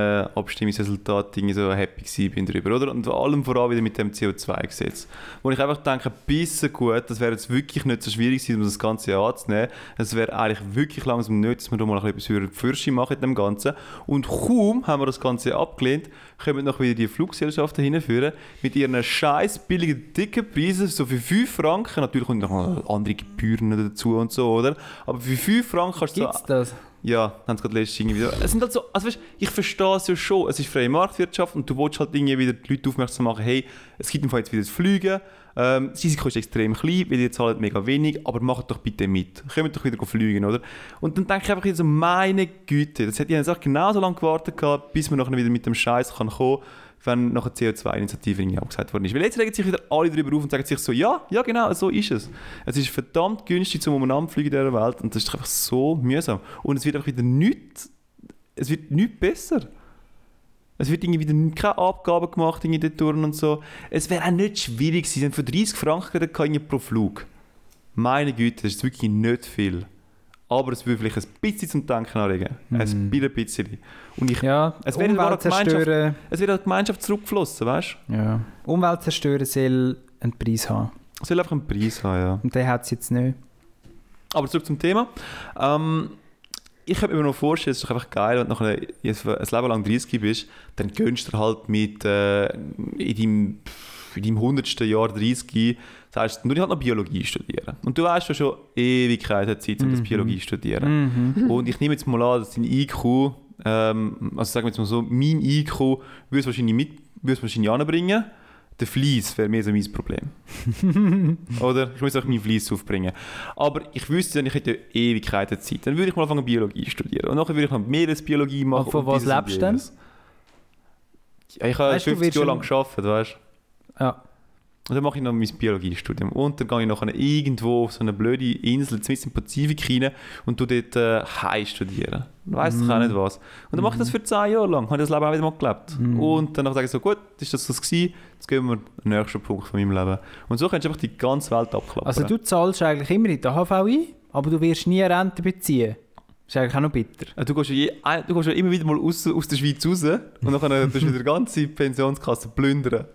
S4: Abstimmungsresultaten irgendwie so happy war bin darüber, oder? Und vor allem voran wieder mit dem CO2-Gesetz. Wo ich einfach denke, bisschen gut, das wäre jetzt wirklich nicht so schwierig gewesen, um das Ganze anzunehmen. Es wäre eigentlich wirklich langsam nötig, dass wir da mal ein bisschen etwas für Fürsche machen in dem Ganzen. Und kaum haben wir das Ganze abgelehnt, kommen noch wieder die Fluggesellschaften hinführen mit ihren scheiß billigen, dicken Preisen, so für 5 Franken. Natürlich kommen noch andere Gebühren dazu und so, oder? Aber für 5 Franken kannst du so
S3: Gibt's das?
S4: ja, haben es gerade letztens irgendwie wieder. Es sind halt so, also weißt, ich verstehe es ja schon, es ist freie Marktwirtschaft und du willst halt irgendwie wieder die Leute aufmerksam machen, hey, es gibt im Fall jetzt wieder das Fliegen, ähm, das Risiko ist extrem klein, weil ihr zahlt mega wenig, aber macht doch bitte mit. Kommt doch wieder go fliegen, oder? Und dann denke ich einfach wieder so, meine Güte, das hätte ich jetzt auch genauso lange gewartet gehabt, bis man nachher wieder mit dem Scheiß kann kommen wenn nachher die CO2-Initiative irgendwie abgesagt worden ist. Weil jetzt regen sich wieder alle darüber auf und sagen sich so, ja, ja genau, so ist es. Es ist verdammt günstig zum Umeinanderfliegen in dieser Welt und das ist einfach so mühsam. Und es wird einfach wieder nichts, es wird nichts besser. Es wird irgendwie wieder nicht- keine Abgaben gemacht in den Touren und so. Es wäre auch nicht schwierig gewesen, sie haben für 30 Franken geredet, irgendwie pro Flug. Meine Güte, das ist wirklich nicht viel. Aber es würde vielleicht ein bisschen zum Denken anregen. Ein bisschen. Und ich,
S3: Ja,
S4: Es wäre eine wahre
S3: Umwelt zerstören.
S4: es wird an die Gemeinschaft zurückgeflossen, weißt du?
S3: Ja. Umwelt zerstören soll einen Preis haben.
S4: Es soll einfach einen Preis haben, ja.
S3: Und den hat es jetzt nicht.
S4: Aber zurück zum Thema. Ähm, ich könnte mir noch vorstellen, es ist doch einfach geil, wenn du noch ein, ein Leben lang 30 bist, dann gönnst du dir halt mit äh, in deinem in deinem 100. Jahr 30 das heißt, nur ich halt noch Biologie studieren. Und du weißt ja schon, Ewigkeit hat Zeit, um das Biologie zu studieren. Und ich nehme jetzt mal an, dass dein IQ, ähm, also sagen wir jetzt mal so, mein IQ würde es wahrscheinlich mit, würde es wahrscheinlich anbringen. Der Fleiss wäre mehr so mein Problem. Oder? Ich muss auch meinen Fleiss aufbringen. Aber ich wüsste dann, ich hätte Ewigkeiten Zeit. Dann würde ich mal anfangen, Biologie zu studieren. Und nachher würde ich noch Meeresbiologie machen.
S3: Und von was
S4: dieses und
S3: lebst du denn?
S4: jenes. Ja, ich habe
S3: Weißt du, du
S4: 50
S3: wirst
S4: Jahre
S3: schon-
S4: lang gearbeitet, weißt du?
S3: Ja.
S4: Und dann mache ich noch mein Biologiestudium. Und dann gehe ich nachher irgendwo auf so eine blöde Insel, zumindest im Pazifik rein und tu dort äh, Hai studieren. Dann weiss
S3: Mhm.
S4: ich auch nicht was. Und dann mache ich das für 10 Jahre lang, habe ich das Leben auch wieder mal gelebt.
S3: Mhm.
S4: Und dann sage ich so, gut, ist das das gewesen, jetzt gehen wir den nächsten Punkt von meinem Leben. Und so kannst du einfach die ganze Welt abklappen.
S3: Also du zahlst eigentlich immer in die AHV ein, aber du wirst nie Rente beziehen. Ist eigentlich auch noch bitter.
S4: Äh, Du gehst, ja je, äh, du gehst ja immer wieder mal aus, aus der Schweiz raus und dann kannst du wieder die ganze Pensionskasse plündern.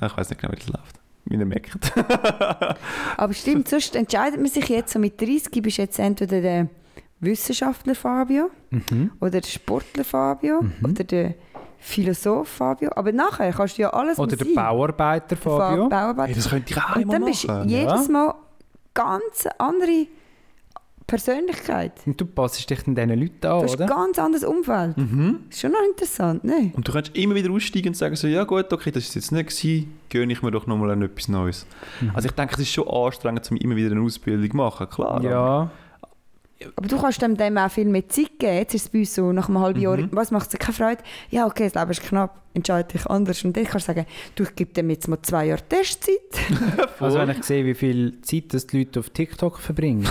S4: Äh, Ich weiß nicht genau, wie das läuft. Wie ihr merkt.
S5: Aber stimmt, sonst entscheidet man sich jetzt, so mit 30 bist du jetzt entweder der Wissenschaftler Fabio
S3: Mhm.
S5: oder der Sportler Fabio oder der Philosoph Fabio. Aber nachher kannst du ja alles
S3: Oder
S5: mal
S3: der
S5: sein.
S3: Bauarbeiter
S5: Der Fa-
S3: Fabio.
S5: Bauarbeiter.
S4: Ey, das könnte
S3: Ah,
S4: ich auch
S5: Und
S4: einmal
S5: dann bist du
S4: machen.
S5: jedes Mal ganz andere Persönlichkeit.
S3: Und du passest dich dann diesen Leuten
S5: Du
S3: an,
S5: hast ein
S3: oder? Mhm.
S5: ganz anderes Umfeld. Ist schon noch interessant, ne?
S4: Und du kannst immer wieder aussteigen und sagen so, ja gut, okay, das ist jetzt nicht gewesen, gönne ich mir doch nochmal an etwas
S3: Mhm.
S4: Neues. Also ich denke, es ist schon anstrengend, um immer wieder eine Ausbildung zu machen, klar. aber
S3: Ja,
S5: Aber du kannst dem, dem auch viel mehr Zeit geben. Jetzt ist es bei uns so, nach einem halben Jahr,
S3: Mhm.
S5: was macht dir keine Freude? Ja, okay, das Leben ist knapp, entscheide dich anders. Und dann kannst du sagen, du, ich gebe dem jetzt mal zwei Jahre Testzeit.
S3: Also wenn ich sehe, wie viel Zeit das die Leute auf TikTok verbringen,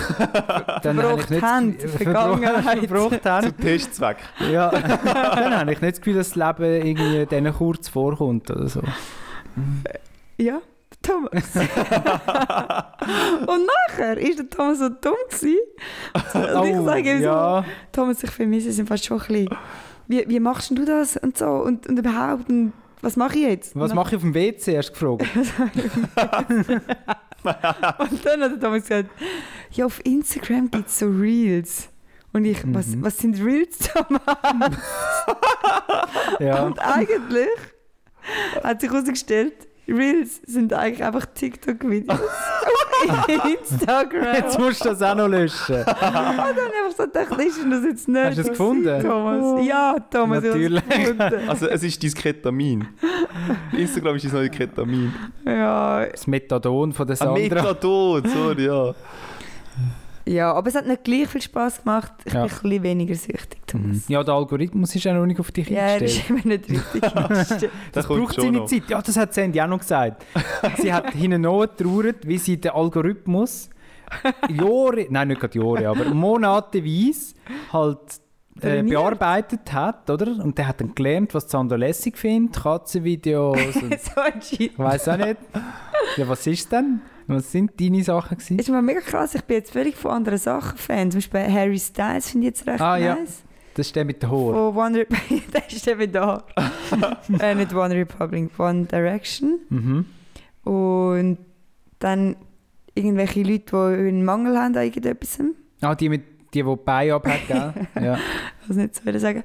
S3: dann habe ich
S5: Verbraucht
S3: nicht
S5: haben, Vergangenheit.
S3: verbraucht haben.
S4: Zum Testzweck.
S3: Ja, dann habe ich nicht das Gefühl, dass das Leben irgendwie denen kurz vorkommt oder so.
S5: Ja, der Thomas. und nachher ist der Thomas so dumm gewesen. Und Also ich sage ihm
S3: Oh,
S5: so,
S3: ja.
S5: Thomas, ich vermisse es im Fall schon ein bisschen. Wie, wie machst denn du das und so und, und überhaupt und was mache ich jetzt?
S3: Was
S5: und
S3: mache ich auf dem WC, hast du gefragt?
S5: dann, und dann hat der Thomas gesagt, ja, auf Instagram gibt es so Reels. Und ich, was,
S3: Mhm.
S5: was sind Reels, Thomas?
S3: Ja.
S5: Und eigentlich hat sich herausgestellt, Reels sind eigentlich einfach TikTok-Videos. auf Instagram.
S3: Jetzt musst du das auch noch löschen.
S5: Und dann einfach so gedacht, ist denn das jetzt nicht?
S3: Hast du es
S5: so
S3: gefunden?
S5: Thomas? Ja, Thomas,
S3: Natürlich.
S5: ich habe es gefunden.
S4: Also es ist dein Ketamin. Instagram ist dein neues Ketamin. Ah,
S5: Ja.
S3: Das Methadon von der
S4: Ein
S3: Sandra.
S4: Metadon, sorry, ja.
S5: ja, aber es hat nicht gleich viel Spass gemacht. Ich
S3: Ja.
S5: bin ein bisschen weniger süchtig,
S3: Mhm.
S5: Thomas.
S3: Ja, der Algorithmus ist ja noch nicht auf dich
S5: Ja, er
S3: eingestellt.
S5: ist immer nicht richtig eingestellt.
S3: Das
S4: kommt
S3: braucht
S4: schon
S3: seine
S4: noch.
S3: Zeit. Ja, das hat Sandy auch noch gesagt. Sie hat hinten noch getrauert, wie sie den Algorithmus Jahre, nein, nicht gerade Jahre, aber monateweise halt äh,
S5: Trainiert.
S3: bearbeitet hat, oder? Und der hat dann gelernt, was Sandra lässig findet, Katzenvideos und
S5: so ein Shit.
S3: ich weiß auch nicht. Ja, was ist denn? Was sind deine Sachen gewesen?
S5: Ist mir mega krass, ich bin jetzt völlig von anderen Sachen Fan. Zum Beispiel Harry Styles finde ich jetzt recht
S3: Ah, ja.
S5: nice.
S3: Das ist der mit den Haaren.
S5: Von One Republic, der ist eben da. äh, nicht One Republic, One Direction.
S3: Mhm.
S5: Und dann irgendwelche Leute, die einen Mangel haben an irgendetwas.
S3: Ah, die mit die, die Bein abhat, gell? ja.
S5: Ich kann es nicht so wieder sagen.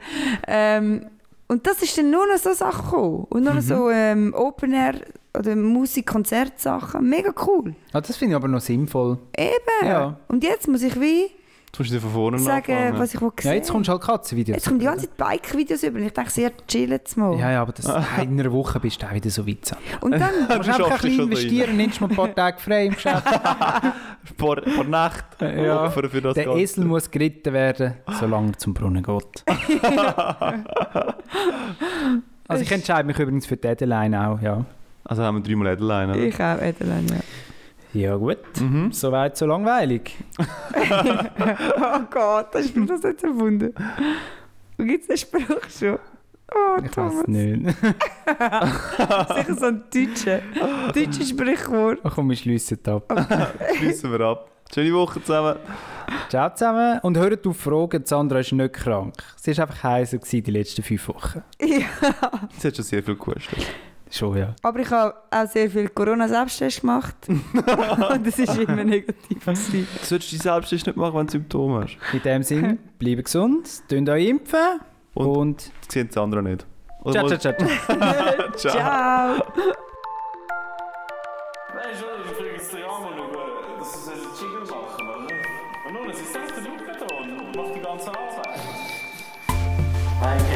S5: Ähm, und das ist dann nur noch so Sachen gekommen. Und nur noch so
S3: Mhm.
S5: ähm, Open-Air- oder Musik-Konzertsachen. Mega cool.
S3: Ah, das finde ich aber noch sinnvoll.
S5: Eben.
S3: Ja.
S5: Und jetzt muss ich wie
S4: Jetzt musst du von vorne
S5: sagen,
S4: anfangen.
S5: was ich will sehen
S3: Ja, jetzt kommst du halt Katzenvideos.
S5: Jetzt kommen die ganze Zeit Bike-Videos über. Und ich denke, sehr chillen jetzt mal.
S3: Ja, ja, aber das, in einer Woche bist du auch wieder so weit. Sam.
S5: Und dann,
S3: Du musst einfach ein
S4: schaffst es
S3: bisschen
S4: schon da
S3: investieren, nimmst mal ein paar Tage frei im Geschäft.
S4: Ein paar, paar Nächte
S3: Äh, Ja.
S4: Opfer für das
S3: Der
S4: Ganze.
S3: Esel muss geritten werden, solange er zum Brunnen geht. also ich entscheide mich übrigens für die Deadline auch, ja.
S4: Also haben wir dreimal Edellein, oder?
S5: ich auch, Edelan, ja.
S3: Ja gut,
S4: Mhm.
S3: soweit so langweilig.
S5: oh Gott, hast du das jetzt erfunden? Und gibt es den Spruch schon? Oh,
S3: Ich
S5: Thomas.
S3: weiß nicht.
S5: Sicher so ein deutscher, deutscher Sprichwort.
S3: Ach komm, wir schliessen ab.
S4: Schliessen wir ab. Schöne Woche zusammen.
S3: Ciao zusammen und hört auf Fragen, Sandra ist nicht krank. Sie war einfach heiser gewesen die letzten fünf Wochen.
S5: Ja.
S4: Es hat schon sehr viel gekostet.
S3: Schon ja.
S5: Aber ich habe auch sehr viel Corona-Selbsttests gemacht. Und es war immer negativ. gewesen.
S4: Du solltest dich selbst nicht machen, wenn du Symptome hast.
S3: In dem Sinne, bleibt gesund, tönt euch impfen
S4: Und-
S3: und
S4: Das sehen die anderen nicht. Oder
S3: ciao,
S4: mal-
S3: ciao, ciao. ciao.
S5: Ciao!
S1: Nein, schon, ich kriege jetzt drei Arme schauen. Das ist ein Jingle machen, oder? Und nun, es ist selbst der Luftbeton und macht die ganze Arbeit.
S2: I